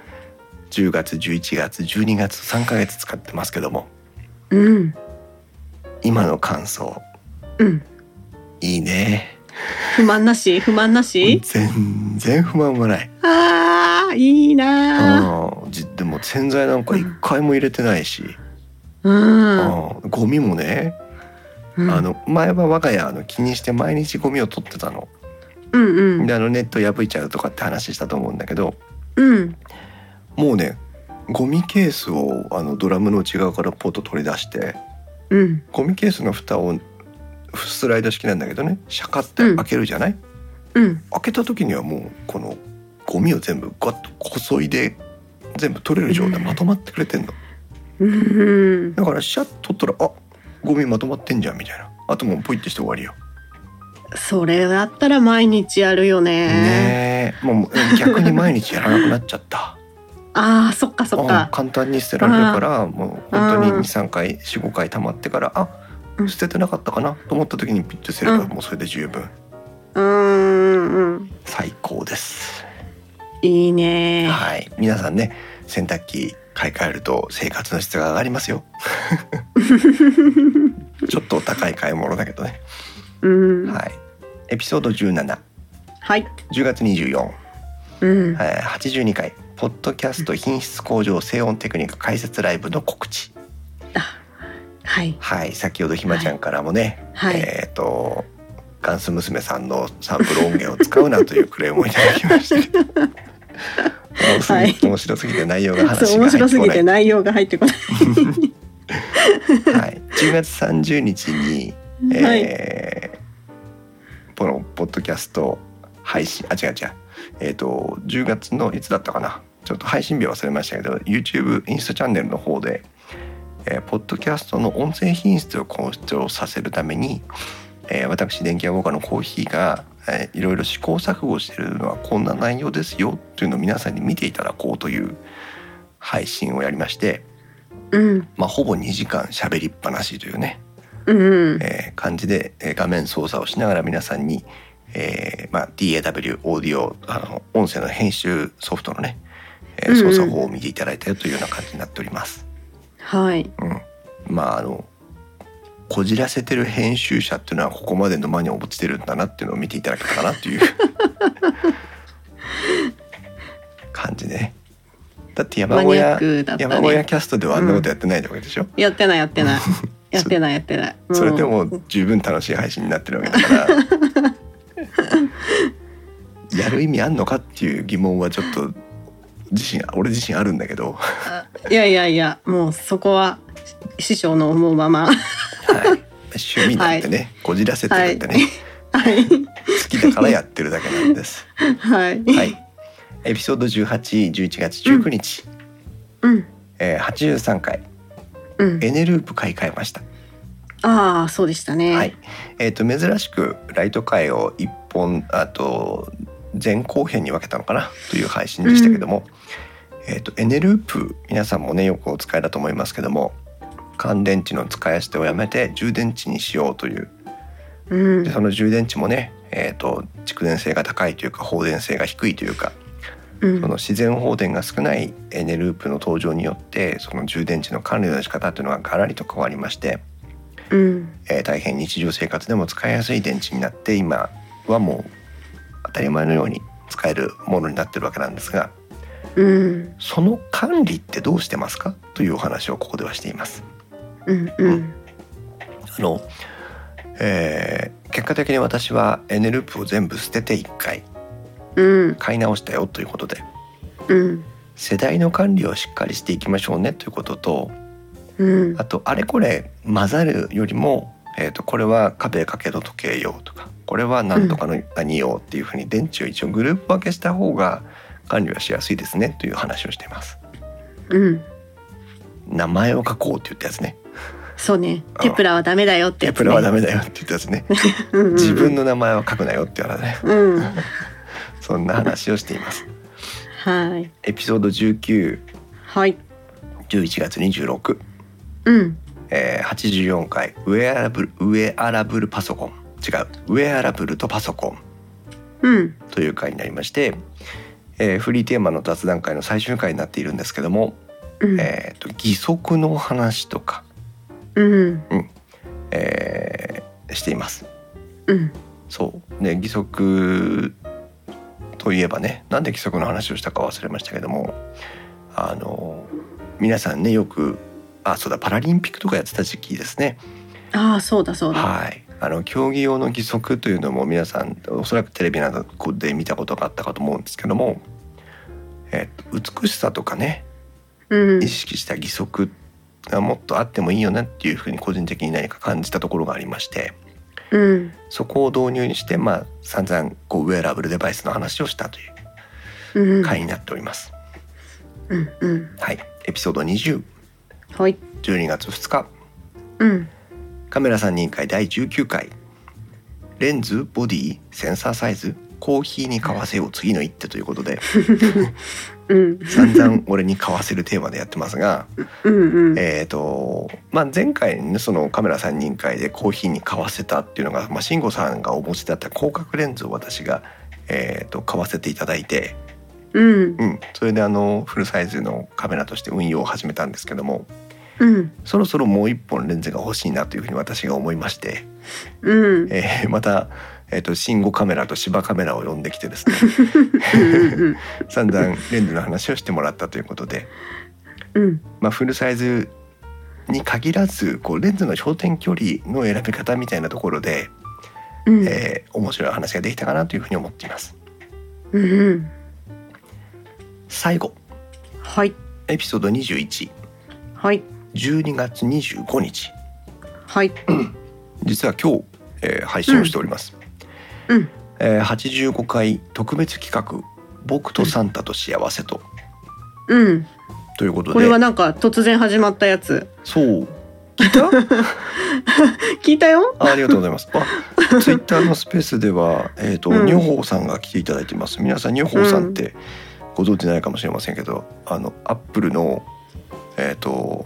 10月11月12月3ヶ月使ってますけどもうん、今の感想うん、いいね不満なし、不満なし。全然不満もないああ、いいなー。うんじでも洗剤なんか一回も入れてないし、うん、うんゴミもね、うんあ、の前は我が家あの気にして毎日ゴミを取ってたの。うん、うんで、あのネット破いちゃうとかって話したと思うんだけどうん、もうねゴミケースをあのドラムの内側からポッと取り出してうん、ゴミケースの蓋をスライド式なんだけどねシャカって開けるじゃない、うん、開けた時にはもうこのゴミを全部ガッとこそいで全部取れる状態まとまってくれてんのうん、だからシャッと取ったらあゴミまとまってんじゃんみたいなあともうポイってして終わりよそれだったら毎日やるよね。ねえもう逆に毎日やらなくなっちゃったああ、そっか、そっあか。簡単に捨てられるからもう本当にうん23回45回溜まってからあうん捨ててなかったかなと思った時にピッとすればうんもうそれで十分うん、うん、うん、最高です、いいねー。はい皆さんね洗濯機買い替えると生活の質が上がります よちょっとお高い買い物だけどね、うん、はいエピソード171はい、月24うん、えー82回「ポッドキャスト品質向上静音テクニック解説ライブ」の告知はい、はい先ほどひまちゃんからもね、はい、えっ、とガンス娘さんのサンプル音源を使うなというクレームをいただきました けど面白はい面白すぎて内容がそ話うが入面白ってすこぎなてい、内容が入ってこない。はい、10月30日に、はい、えーこのポッドキャスト配信あ違う違うえっ、と10月のいつだったかなちょっと配信日忘れましたけど YouTube インスタチャンネルの方で、えーポッドキャストの音声品質を向上させるために、えー私電気屋ウォーカーのコーヒーが、えーいろいろ試行錯誤してるのはこんな内容ですよというのを皆さんに見ていただこうという配信をやりまして、うん、まあ、ほぼ2時間喋りっぱなしというねうん、えー感じでえー画面操作をしながら皆さんに、えーまあ、DAW オーディオあの音声の編集ソフトのね、えーうんうん操作法を見ていただいたよというような感じになっております。はい、うん、まああのこじらせてる編集者っていうのはここまで沼に落ちてるんだなっていうのを見ていただけたかなって いう感じね。だって山マニ小アッ屋、クだった山小屋ね。キャストではあんなことやってないわけでしょ、やってない、やっ てない。やってない、やってない。それでも十分楽しい配信になってるわけだから やる意味あんのかっていう疑問はちょっと自身俺自身あるんだけど、はいやいやいや、もうそこは師匠の思う まま。い、趣味なんてね、こじらせてるってね、はい、好きだからやってるだけなんです。 はい、はい、エピソード1811月19日、うん、えー83回うん、エネループ買い替えました。ああ、そうでしたね。はい、えー、と珍しくライト回を1本あと前後編に分けたのかなという配信でしたけども、えー、とエネループ皆さんもねよくお使いだと思いますけども乾電池の使い捨てをやめて充電池にしようといううんで、その充電池もね、えー、と蓄電性が高いというか放電性が低いというかうんその、自然放電が少ないエネループの登場によってその充電池の管理の仕方というのがガラリと変わりまして。うん、えー大変日常生活でも使いやすい電池になって今はもう当たり前のように使えるものになってるわけなんですがうん、その管理ってどうしてますかというお話をここではしています。うん、うん、あのえー結果的に私はエネループを全部捨てて1回うん、買い直したよということでうん、世代の管理をしっかりしていきましょうねということとうんあ、とあれこれ混ざるよりも、えー、とこれは壁掛けの時計用とかこれは何とかの何用っていうふうに電池を一応グループ分けした方が管理はしやすいですねという話をしています。うん、名前を書こうって言ったやつねそうねテプラはダメだよってテやつ、ね、プラはダメだよって言ったやつねうんうんうん自分の名前は書くなよって言われたねうんそんな話をしていますはいエピソード1911はい月26、うんえー、84回ウェアラブルウェアラブルパソコン違うウェアラブルとパソコンうんという回になりまして、えーフリーテーマの雑談会の最終回になっているんですけども、うん、えー、と義足の話とか、うんえーしていますうんそうね義足といえばねなんで義足の話をしたか忘れましたけどもあの皆さんねよくあそうだパラリンピックとかやってた時期ですねああそうだそうだはいあの競技用の義足というのも皆さんおそらくテレビなどで見たことがあったかと思うんですけども、えっと、美しさとかねうん意識した義足がもっとあってもいいよなっていうふうに個人的に何か感じたところがありましてうんそこを導入にしてまあ散々こうウェアラブルデバイスの話をしたというんう回になっております。うんうんはい、エピソード20、はい12月2日うんカメラ3人会第19回レンズボディセンサーサイズコーヒーに買わせよう次の一手ということでうん散々俺に買わせるテーマでやってますがうんうんえーとまあ、前回ねそのカメラ3人会でコーヒーに買わせたっていうのが、まあ、慎吾さんがお持ちだった広角レンズを私が、えー、と買わせていただいて、うんうん、それであのフルサイズのカメラとして運用を始めたんですけどもうんそろそろもう一本レンズが欲しいなというふうに私が思いまして、うんえーまた、えー、と慎吾カメラと芝カメラを呼んできてですねうん散々レンズの話をしてもらったということで、うんまあ、フルサイズに限らずこうレンズの焦点距離の選び方みたいなところで、うんえー面白い話ができたかなというふうに思っていますうん最後はいエピソード2112はい月25日はい実は今日、えー配信をしております、うんえー85回特別企画「僕とサンタと幸せと」うんということこれはでなんか突然始まったやつそう聞いた聞いたよあありがとうございます。 あ、ツイッターのスペースでは、えっ、と、うんニョホーさんが来ていただいてます。皆さん、ニョホーさんってご存知ないかもしれませんけど、あの、アップルの、えっ、と、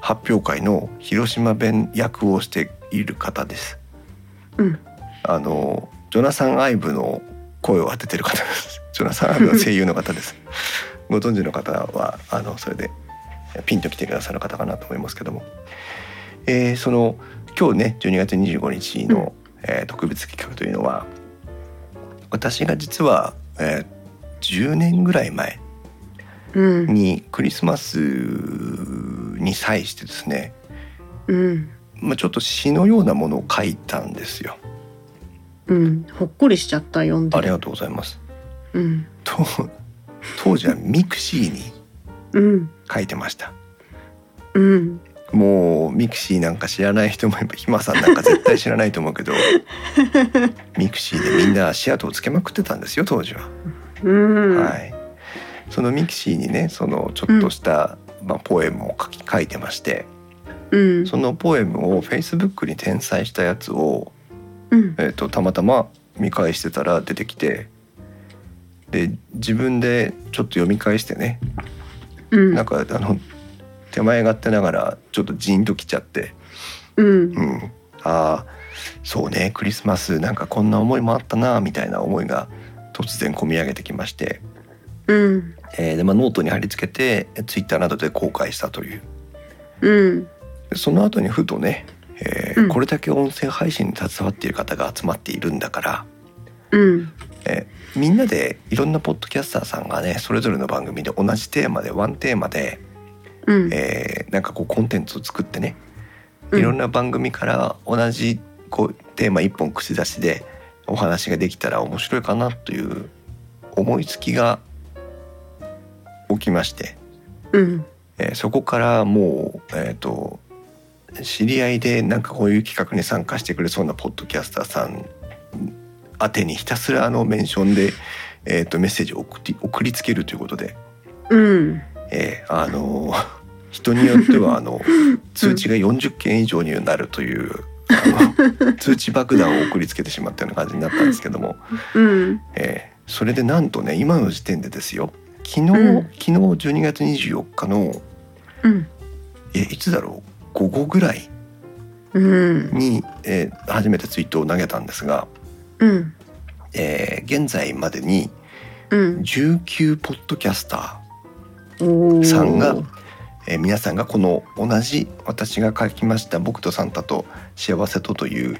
発表会の広島弁役をしている方です。うんあの、ジョナサン・アイブの声を当ててる方です。 ジョナサン・アイブの声優の方です。 ご存知の方は、あの、それで、ピンと来てくださる方かなと思いますけども。えーその今日ね12月25日の、えー特別企画というのは私が実は、えー10年ぐらい前うんにクリスマスに際してですね、うんまあ、ちょっと詩のようなものを書いたんですよ。うんほっこりしちゃった読んでありがとうございます。うんと当時はミクシーにうん書いてました。うんもうミクシーなんか知らない人もいればひまさんなんか絶対知らないと思 うけどミクシーでみんな足跡をつけまくってたんですよ当時は。うんはい、そのミキシーにねそのちょっとした、まあ、ポエムを書き書いてましてうんそのポエムをフェイスブックに転載したやつを、うんえー、とたまたま見返してたら出てきてで自分でちょっと読み返してね うんなんかあの手前勝手ながらちょっとジーンときちゃって、うんうん、ああそうねクリスマスなんかこんな思いもあったなみたいな思いが突然込み上げてきまして。うんえーでまあ、ノートに貼り付けてツイッターなどで公開したといううんその後にふとね、えーうんこれだけ音声配信に携わっている方が集まっているんだから、うんえーみんなでいろんなポッドキャスターさんがねそれぞれの番組で同じテーマでワンテーマで、うんえーなんかこうコンテンツを作ってねうんいろんな番組から同じこうテーマ一本口出しでお話ができたら面白いかなという思いつきが起きまして。うんえーそこからもう、えー、と知り合いでなんかこういう企画に参加してくれそうなポッドキャスターさん宛てにひたすらあのメンションで、えー、とメッセージを送り送りつけるということで、うんえーあのー人によってはあ の通知が40件以上になるという あの通知爆弾を送りつけてしまったような感じになったんですけども、うんえーそれでなんとね今の時点でですよ昨日、うん昨日12月24日のうんえいつだろう午後ぐらいうんに、えー初めてツイートを投げたんですが、うんえー現在までにうん19ポッドキャスタおーさんがー、えー皆さんがこの同じ私が書きました「僕とサンタと幸せと」という、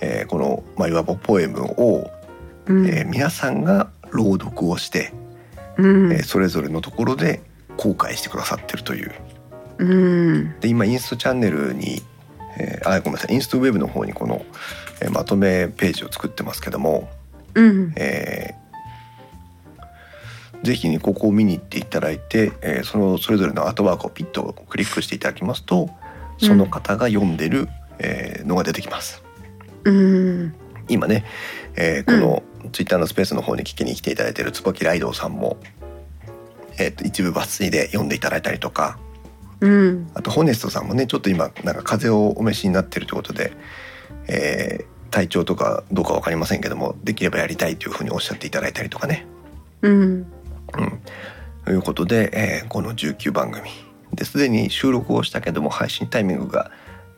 えーこの、まあ、いわばポエムを、うんえー皆さんが朗読をして、うんえーそれぞれのところで公開してくださってるといううんで今インストチャンネルに、えーあごめんなさいインストウェブの方にこの、えーまとめページを作ってますけども、うんえーぜひねここを見に行っていただいて、えーそのそれぞれのアートワークをピッとクリックしていただきますとその方が読んでる、えーのが出てきます。うん今ね、えーこのツイッターのスペースの方に聞きに来ていただいてる椿ライドさんも、えーと一部抜粋で読んでいただいたりとかうんあとホネストさんもねちょっと今なんか風邪をお召しになってるということで、えー体調とかどうか分かりませんけどもできればやりたいというふうにおっしゃっていただいたりとかね。うんうん、ということで、えーこの19番組ですでに収録をしたけども配信タイミングが、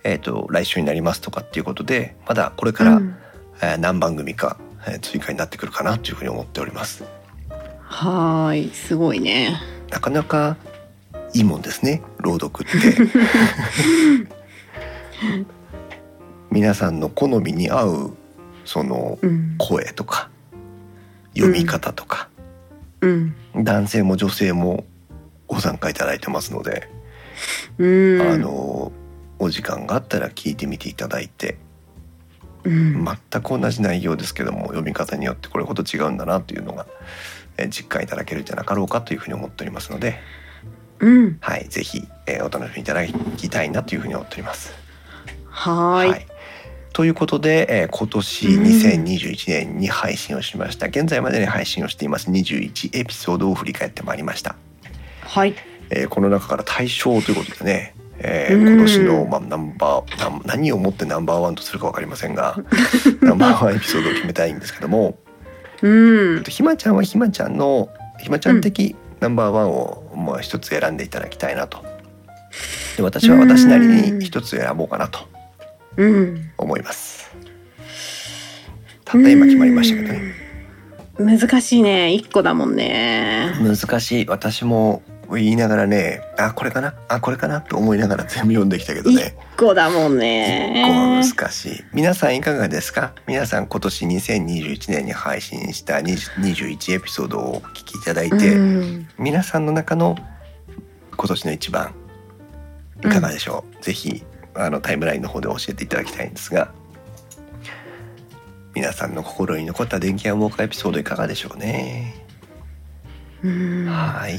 えー、と来週になりますとかっていうことでまだこれから、うんえー何番組か、えー追加になってくるかなというふうに思っております。はーいすごいねなかなかいいもんですね朗読っ て。皆さんの好みに合うそのうん声とか読み方とか、うん男性も女性もご参加いただいてますので。うんあのお時間があったら聞いてみていただいてうん全く同じ内容ですけども読み方によってこれほど違うんだなというのがえー実感いただけるんじゃなかろうかというふうに思っておりますので、うんはい、ぜひ、えーお楽しみいただきたいなというふうに思っております。はーいということで、えー今年うん2021年に配信をしました、現在までに配信をしています21エピソードを振り返ってまいりました。はいえーこの中から大賞ということでね、えーうん今年の、まあ、ナンバーなん何をもってナンバーワンとするか分かりません がナンバーワンエピソードを決めたいんですけどもうんひまちゃんはひまちゃんのひまちゃん的ナンバーワンをもう一つ選んでいただきたいなとで私は私なりに一つ選ぼうかなとうん思いますたった今決まりましたけどねうん難しいね一個だもんね難しい私も言いながらねあこれかなあこれかなと思いながら全部読んできたけどね一個だも結構んね難しい。皆さんいかがですか皆さん今年2021年に配信した20 21エピソードをお聞きいただいて、うん皆さんの中の今年の一番いかがでしょう、ぜひあのタイムラインの方で教えていただきたいんですが皆さんの心に残った電気やウォーカーエピソードいかがでしょうね。うんはい。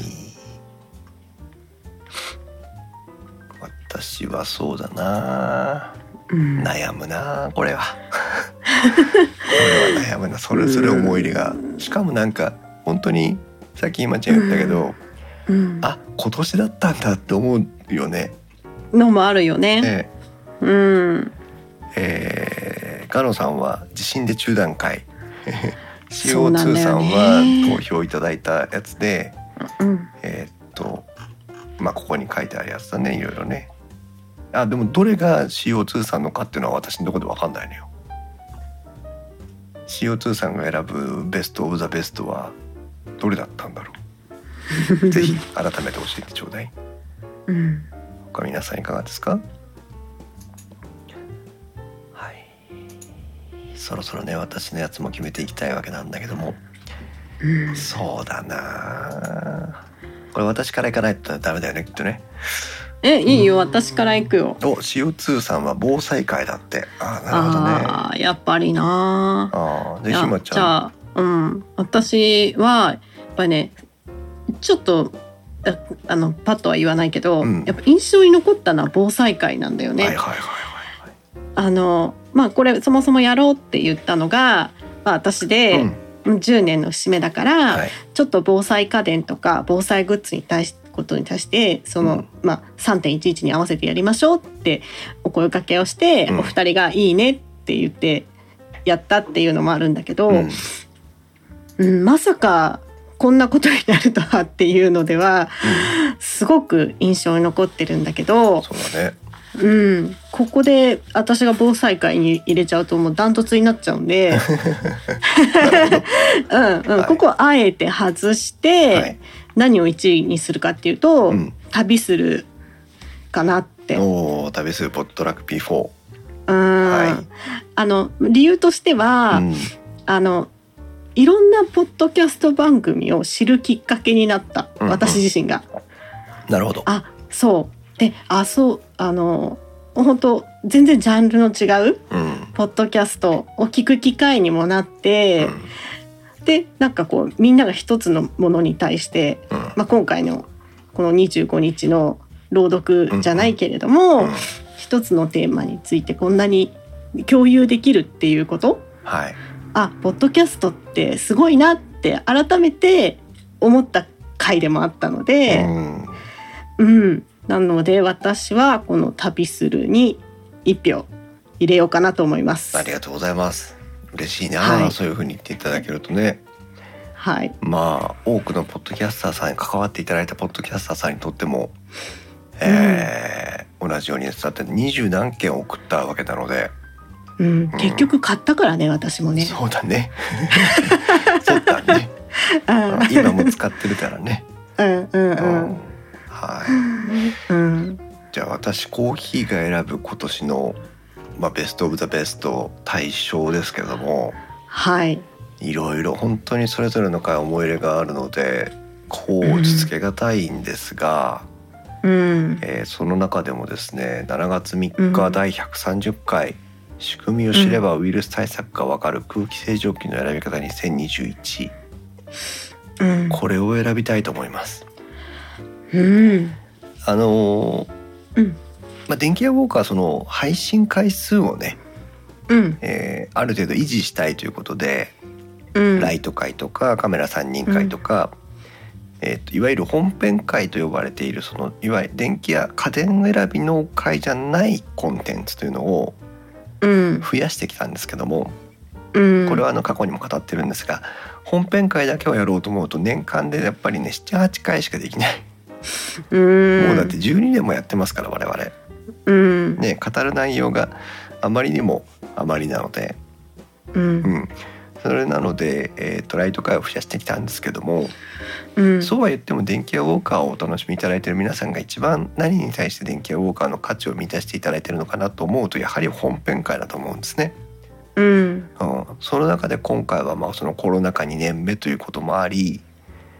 私はそうだなうん悩むなあこれはこれは悩むなそれぞれ思い入れがしかもなんか本当にさっき今ちゃん言ったけど、うんあ今年だったんだって思うよね。のもあるよねえうんえー、ガノさんは地震で中断会そうなん CO2 ださよんねは投票いただいたやつで、うんえーっとまあここに書いてあるやつだねいろいろね。あでもどれが CO2 さんのかっていうのは私のとこで分かんないのよ。CO2 さんが選ぶベスト・オブ・ザ・ベストはどれだったんだろうぜひ改めて教えてちょうだい。うん他皆さんいかがですかはいそろそろね私のやつも決めていきたいわけなんだけどもうんそうだなあこれ私からいかないとダメだよねきっとね。えいいよ私から行くよお CO2 さんは防災会だってあーなるほどねああーやっぱりなあーいでやひまちじゃんゃあうん私はやっぱりねちょっとああのパッとは言わないけど、うんやっぱ印象に残ったのは防災会なんだよね。はいはいはいはいあのまあこれそもそもやろうって言ったのが、まあ、私はい、で、うん10年の節目だから、はいちょっと防災家電とか防災グッズに対しことに対してその、うんまあ、3.11に合わせてやりましょうってお声掛けをして、うんお二人が「いいね」って言ってやったっていうのもあるんだけど、うんうんまさかこんなことになるとはっていうのではすごく印象に残ってるんだけど、そうだねうん、ここで私が防災会に入れちゃうともうダントツになっちゃうんでうん、うはん、いここをあえて外して、はい何を1位にするかっていうと、うん旅するかなって。うんおー旅するポットラック P4 いあの理由としては、うんあのいろんなポッドキャスト番組を知るきっかけになった、うんうん私自身が。なるほどあそうであそうあの本当全然ジャンルの違ううんポッドキャストを聞く機会にもなってう、んでなんかこうみんなが一つのものに対して、うんまあ、今回のこの25日の朗読じゃないけれども、うん一つのテーマについてこんなに共有できるっていうことはいあポッドキャストってすごいなって改めて思った回でもあったのうで、んうんなので私はこの「旅する」に一票入れようかなと思います。ありがとうございます嬉しいな、はいそういう風に言っていただけるとねはい、まあ多くのポッドキャスターさんに関わっていただいたポッドキャスターさんにとっても、えー同じように伝わって二十何件送ったわけなので、うん、結局買ったからね私もね。そうだ ねそうだねうんうん今も使ってるからね、うんうんうんはうんいじゃあ私コーヒーが選ぶ今年の、まあ、ベスト・オブ・ザ・ベスト大賞ですけどもはいいろいろ本当にそれぞれの回思い入れがあるのでこう落ち着けがたいんですが、うんえーその中でもですね7月3う日ん第130回、仕組みを知ればウイルス対策がわかる空気清浄機の選び方2021」うんこれを選びたいと思います。うんあのーうんまあ、電気屋ウォーカーはその配信回数をね、うんえーある程度維持したいということで、うんライト会とかカメラ3人会とか、えーといわゆる本編会と呼ばれているそのいわゆる電気屋家電選びの会じゃないコンテンツというのをうん増やしてきたんですけどもうんこれはあの過去にも語ってるんですが本編会だけをやろうと思うと年間でやっぱりね78回しかできない、うんもうだって12年もやってますから我々うんね語る内容があまりにもあまりなので、ううんん、それなので、えー、とライト会を増やしてきたんですけども、うんそうは言っても電気屋ウォーカーをお楽しみいただいている皆さんが一番何に対して電気屋ウォーカーの価値を満たしていただいているのかなと思うとやはり本編会だと思うんですね。うんうん、その中で今回はまあそのコロナ禍2年目ということもあり、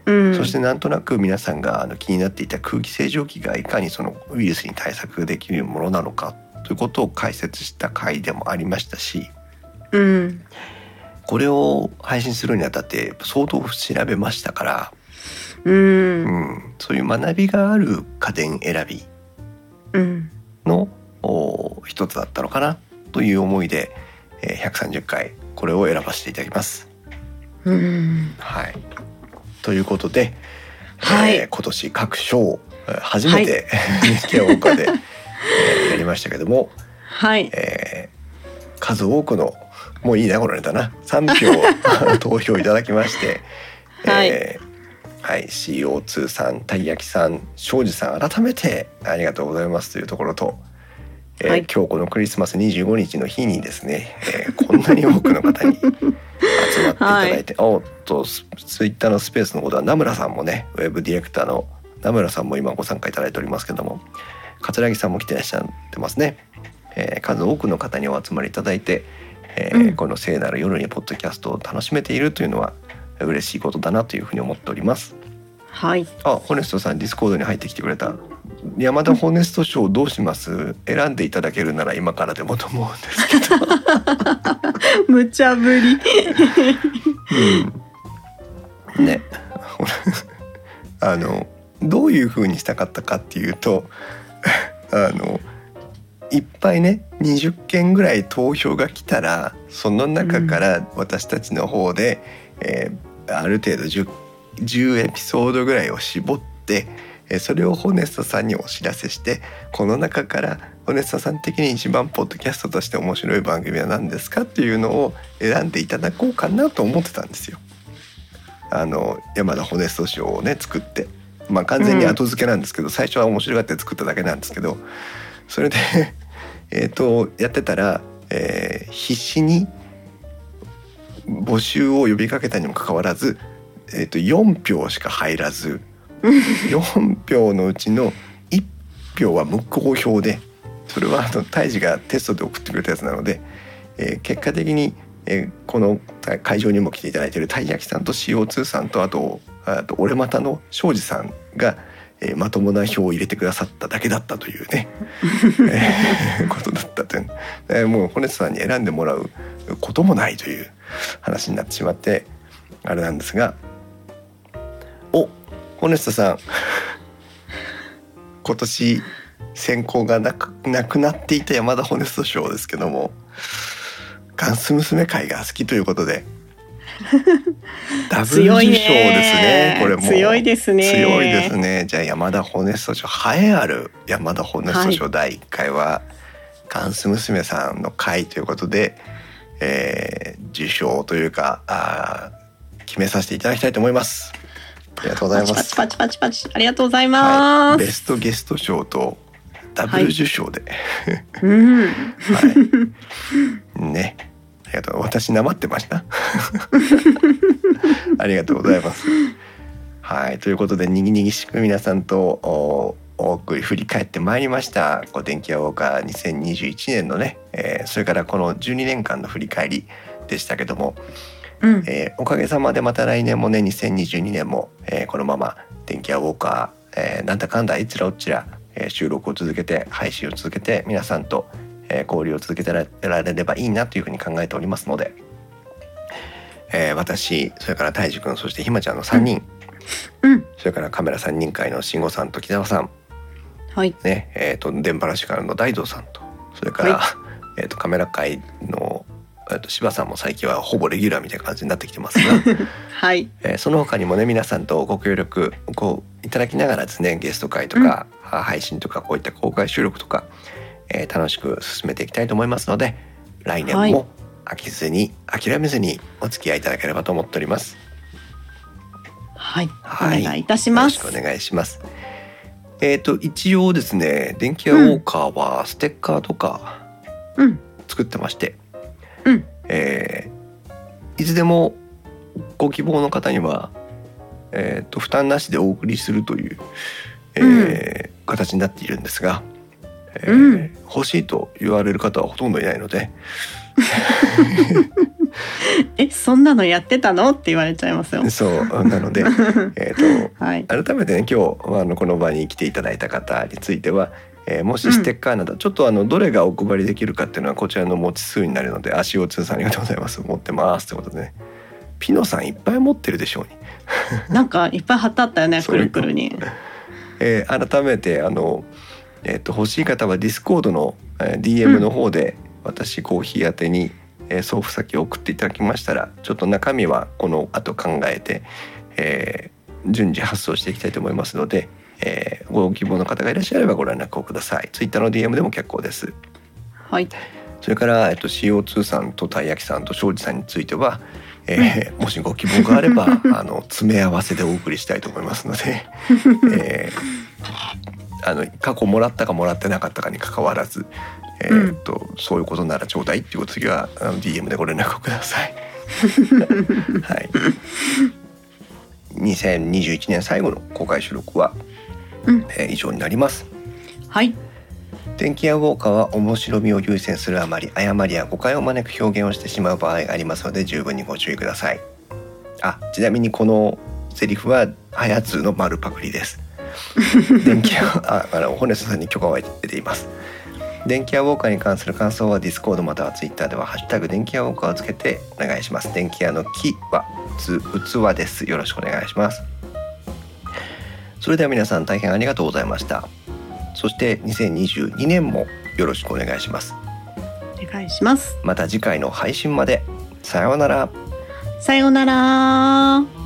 うんそしてなんとなく皆さんがあの気になっていた空気清浄機がいかにそのウイルスに対策できるものなのかということを解説した回でもありましたしうんこれを配信するにあたって相当調べましたから、ううんん、そういう学びがある家電選びうんのお一つだったのかなという思いで、えー130回これを選ばせていただきます。うんはい。ということで、はいえー今年各賞えー初めて、 ケアウォーカーで、えーやりましたけども、はいえー数多くのもういいなこのネタな3票 投票いただきまして、はいえーはい、CO2 さん、たい焼きさん、庄司さん、改めてありがとうございますというところと、えーはい今日このクリスマス25日の日にですね、えーこんなに多くの方に集まっていただい て、おっと、ツイッターのスペースのことは、名村さんもね、ウェブディレクターの名村さんも今ご参加いただいておりますけども、桂木さんも来てらっしゃってますね。えー数多くの方にお集まりいただいて、えーうんこの聖なる夜にポッドキャストを楽しめているというのは嬉しいことだなというふうに思っております。はいあ、ホネストさんディスコードに入ってきてくれた。山田ホネスト賞どうします？選んでいただけるなら今からでもと思うんですけど。無茶ぶりうんね、 ほらあのどういう風にしたかったかっていうと、 あのいっぱいね20件ぐらい投票が来たらその中から私たちの方で、えーある程度 10, 10エピソードぐらいを絞って、えーそれをホネストさんにお知らせしてこの中からホネストさん的に一番ポッドキャストとして面白い番組は何ですかっていうのを選んでいただこうかなと思ってたんですよ。あの山田ホネスト賞をね作って、まあ、完全に後付けなんですけど、最初は面白がって作っただけなんですけどそれで えーとやってたら、えー必死に募集を呼びかけたにもかかわらず、えー、と4票しか入らず。4票のうちの1票は無効票でそれはあの胎児がテストで送ってくれたやつなので、えー結果的に、えーこのた会場にも来ていただいているたい焼きさんと CO2 さんとあとあと俺またの庄司さんが、えーまともな票を入れてくださっただけだったというね、えー ことだったという、えーもうホネストさんに選んでもらうこともないという話になってしまってあれなんですがおホネストさん 今年選考がなくなくなっていた山田ホネスト賞ですけどもガンス娘会が好きということ でダブル強い受賞でねすねこれも強いですね強いですねじゃあ山田ホネスト賞栄えある山田ホネスト賞第1回は、ガンス娘さんの会ということで、えー受賞というかあー決めさせていただきたいと思いますありがとうございまパすチパチパチパチパチありがとうございはまい、ベす、ストゲスト賞とダブル受賞で、うんはい、ねありがとう私なまってましたありがとうございますはいということでにぎにぎしく皆さんとおお送り振り返ってまいりました「お天気はウォーカー2021年のね、えーそれからこの12年間の振り返りでしたけどもうんえーおかげさまでまた来年もね2022年も、えーこのまま「電気やウォーカー」えーなんだかんだいつらおっちら、えー収録を続けて配信を続けて皆さんと、えー交流を続けてらられればいいなというふうに考えておりますので、えー私それからたいじくんそしてひまちゃんの3人、うんそれからカメラ3人会の慎吾さんと北川さんはいねえー、と電波らしからの大蔵さんとそれから、えー、とカメラ界の、えー、と柴さんも最近はほぼレギュラーみたいな感じになってきてますが。はいえーその他にもね皆さんとご協力こういただきながらですねゲスト会とか、あ配信とかこういった公開収録とか、えー楽しく進めていきたいと思いますので来年はいも飽きずに、諦めずにお付き合いいただければと思っております。はい、はいお願いいたしよまろすしくお願いします。えっ、と一応ですね電気屋ウォーカーはステッカーとかうん作ってまして、うんえーいつでもご希望の方には、えー、と負担なしでお送りするという、えー形になっているんですが、えーうん欲しいと言われる方はほとんどいないので えそんなのやってたのって言われちゃいます よそうなのでえーとはい改めてね今日あのこの場に来ていただいた方については、えーもしステッカーなど、ちょっとあのどれがお配りできるかっていうのはこちらの持ち数になるので足を通さんありがとうございます持ってますということでねピノさんいっぱい持ってるでしょうになんかいっぱい貼ってあったよねそくうるくるにえー改めてあの、えー、と欲しい方はディスコードの、えー DM の方で、私コーヒー宛てに、えー送付先を送っていただきましたらちょっと中身はこの後考えて、えー順次発送していきたいと思いますので、えーご希望の方がいらっしゃればご連絡をください Twitter の DM でも結構ですはいそれから、えっと、CO2 さんとたい焼きさんと庄司さんについては、えーもしご希望があれ ばあの詰め合わせでお送りしたいと思いますので、えーあの過去もらったかもらってなかったかに関わらず、えーっとそういうことならちょうだいっていうこと時はあの DM でご連絡をくだ さい。はい、2021年最後の公開収録は、うんえー以上になります。はい電気屋ウォーカーは面白みを優先するあまり誤りや誤解を招く表現をしてしまう場合がありますので十分にご注意くださいあちなみにこのセリフはハヤツーの丸パクリです電気屋ああのホネストさんに許可を得ています電気屋ウォーカーに関する感想はディスコードまたはツイッターではハッシュタグ電気屋ウォーカーをつけてお願いします電気屋の木はつ器ですよろしくお願いしますそれでは皆さん大変ありがとうございましたそして2022年もよろしくお願いします。お願いしますまた次回の配信まで。さようなら。さようなら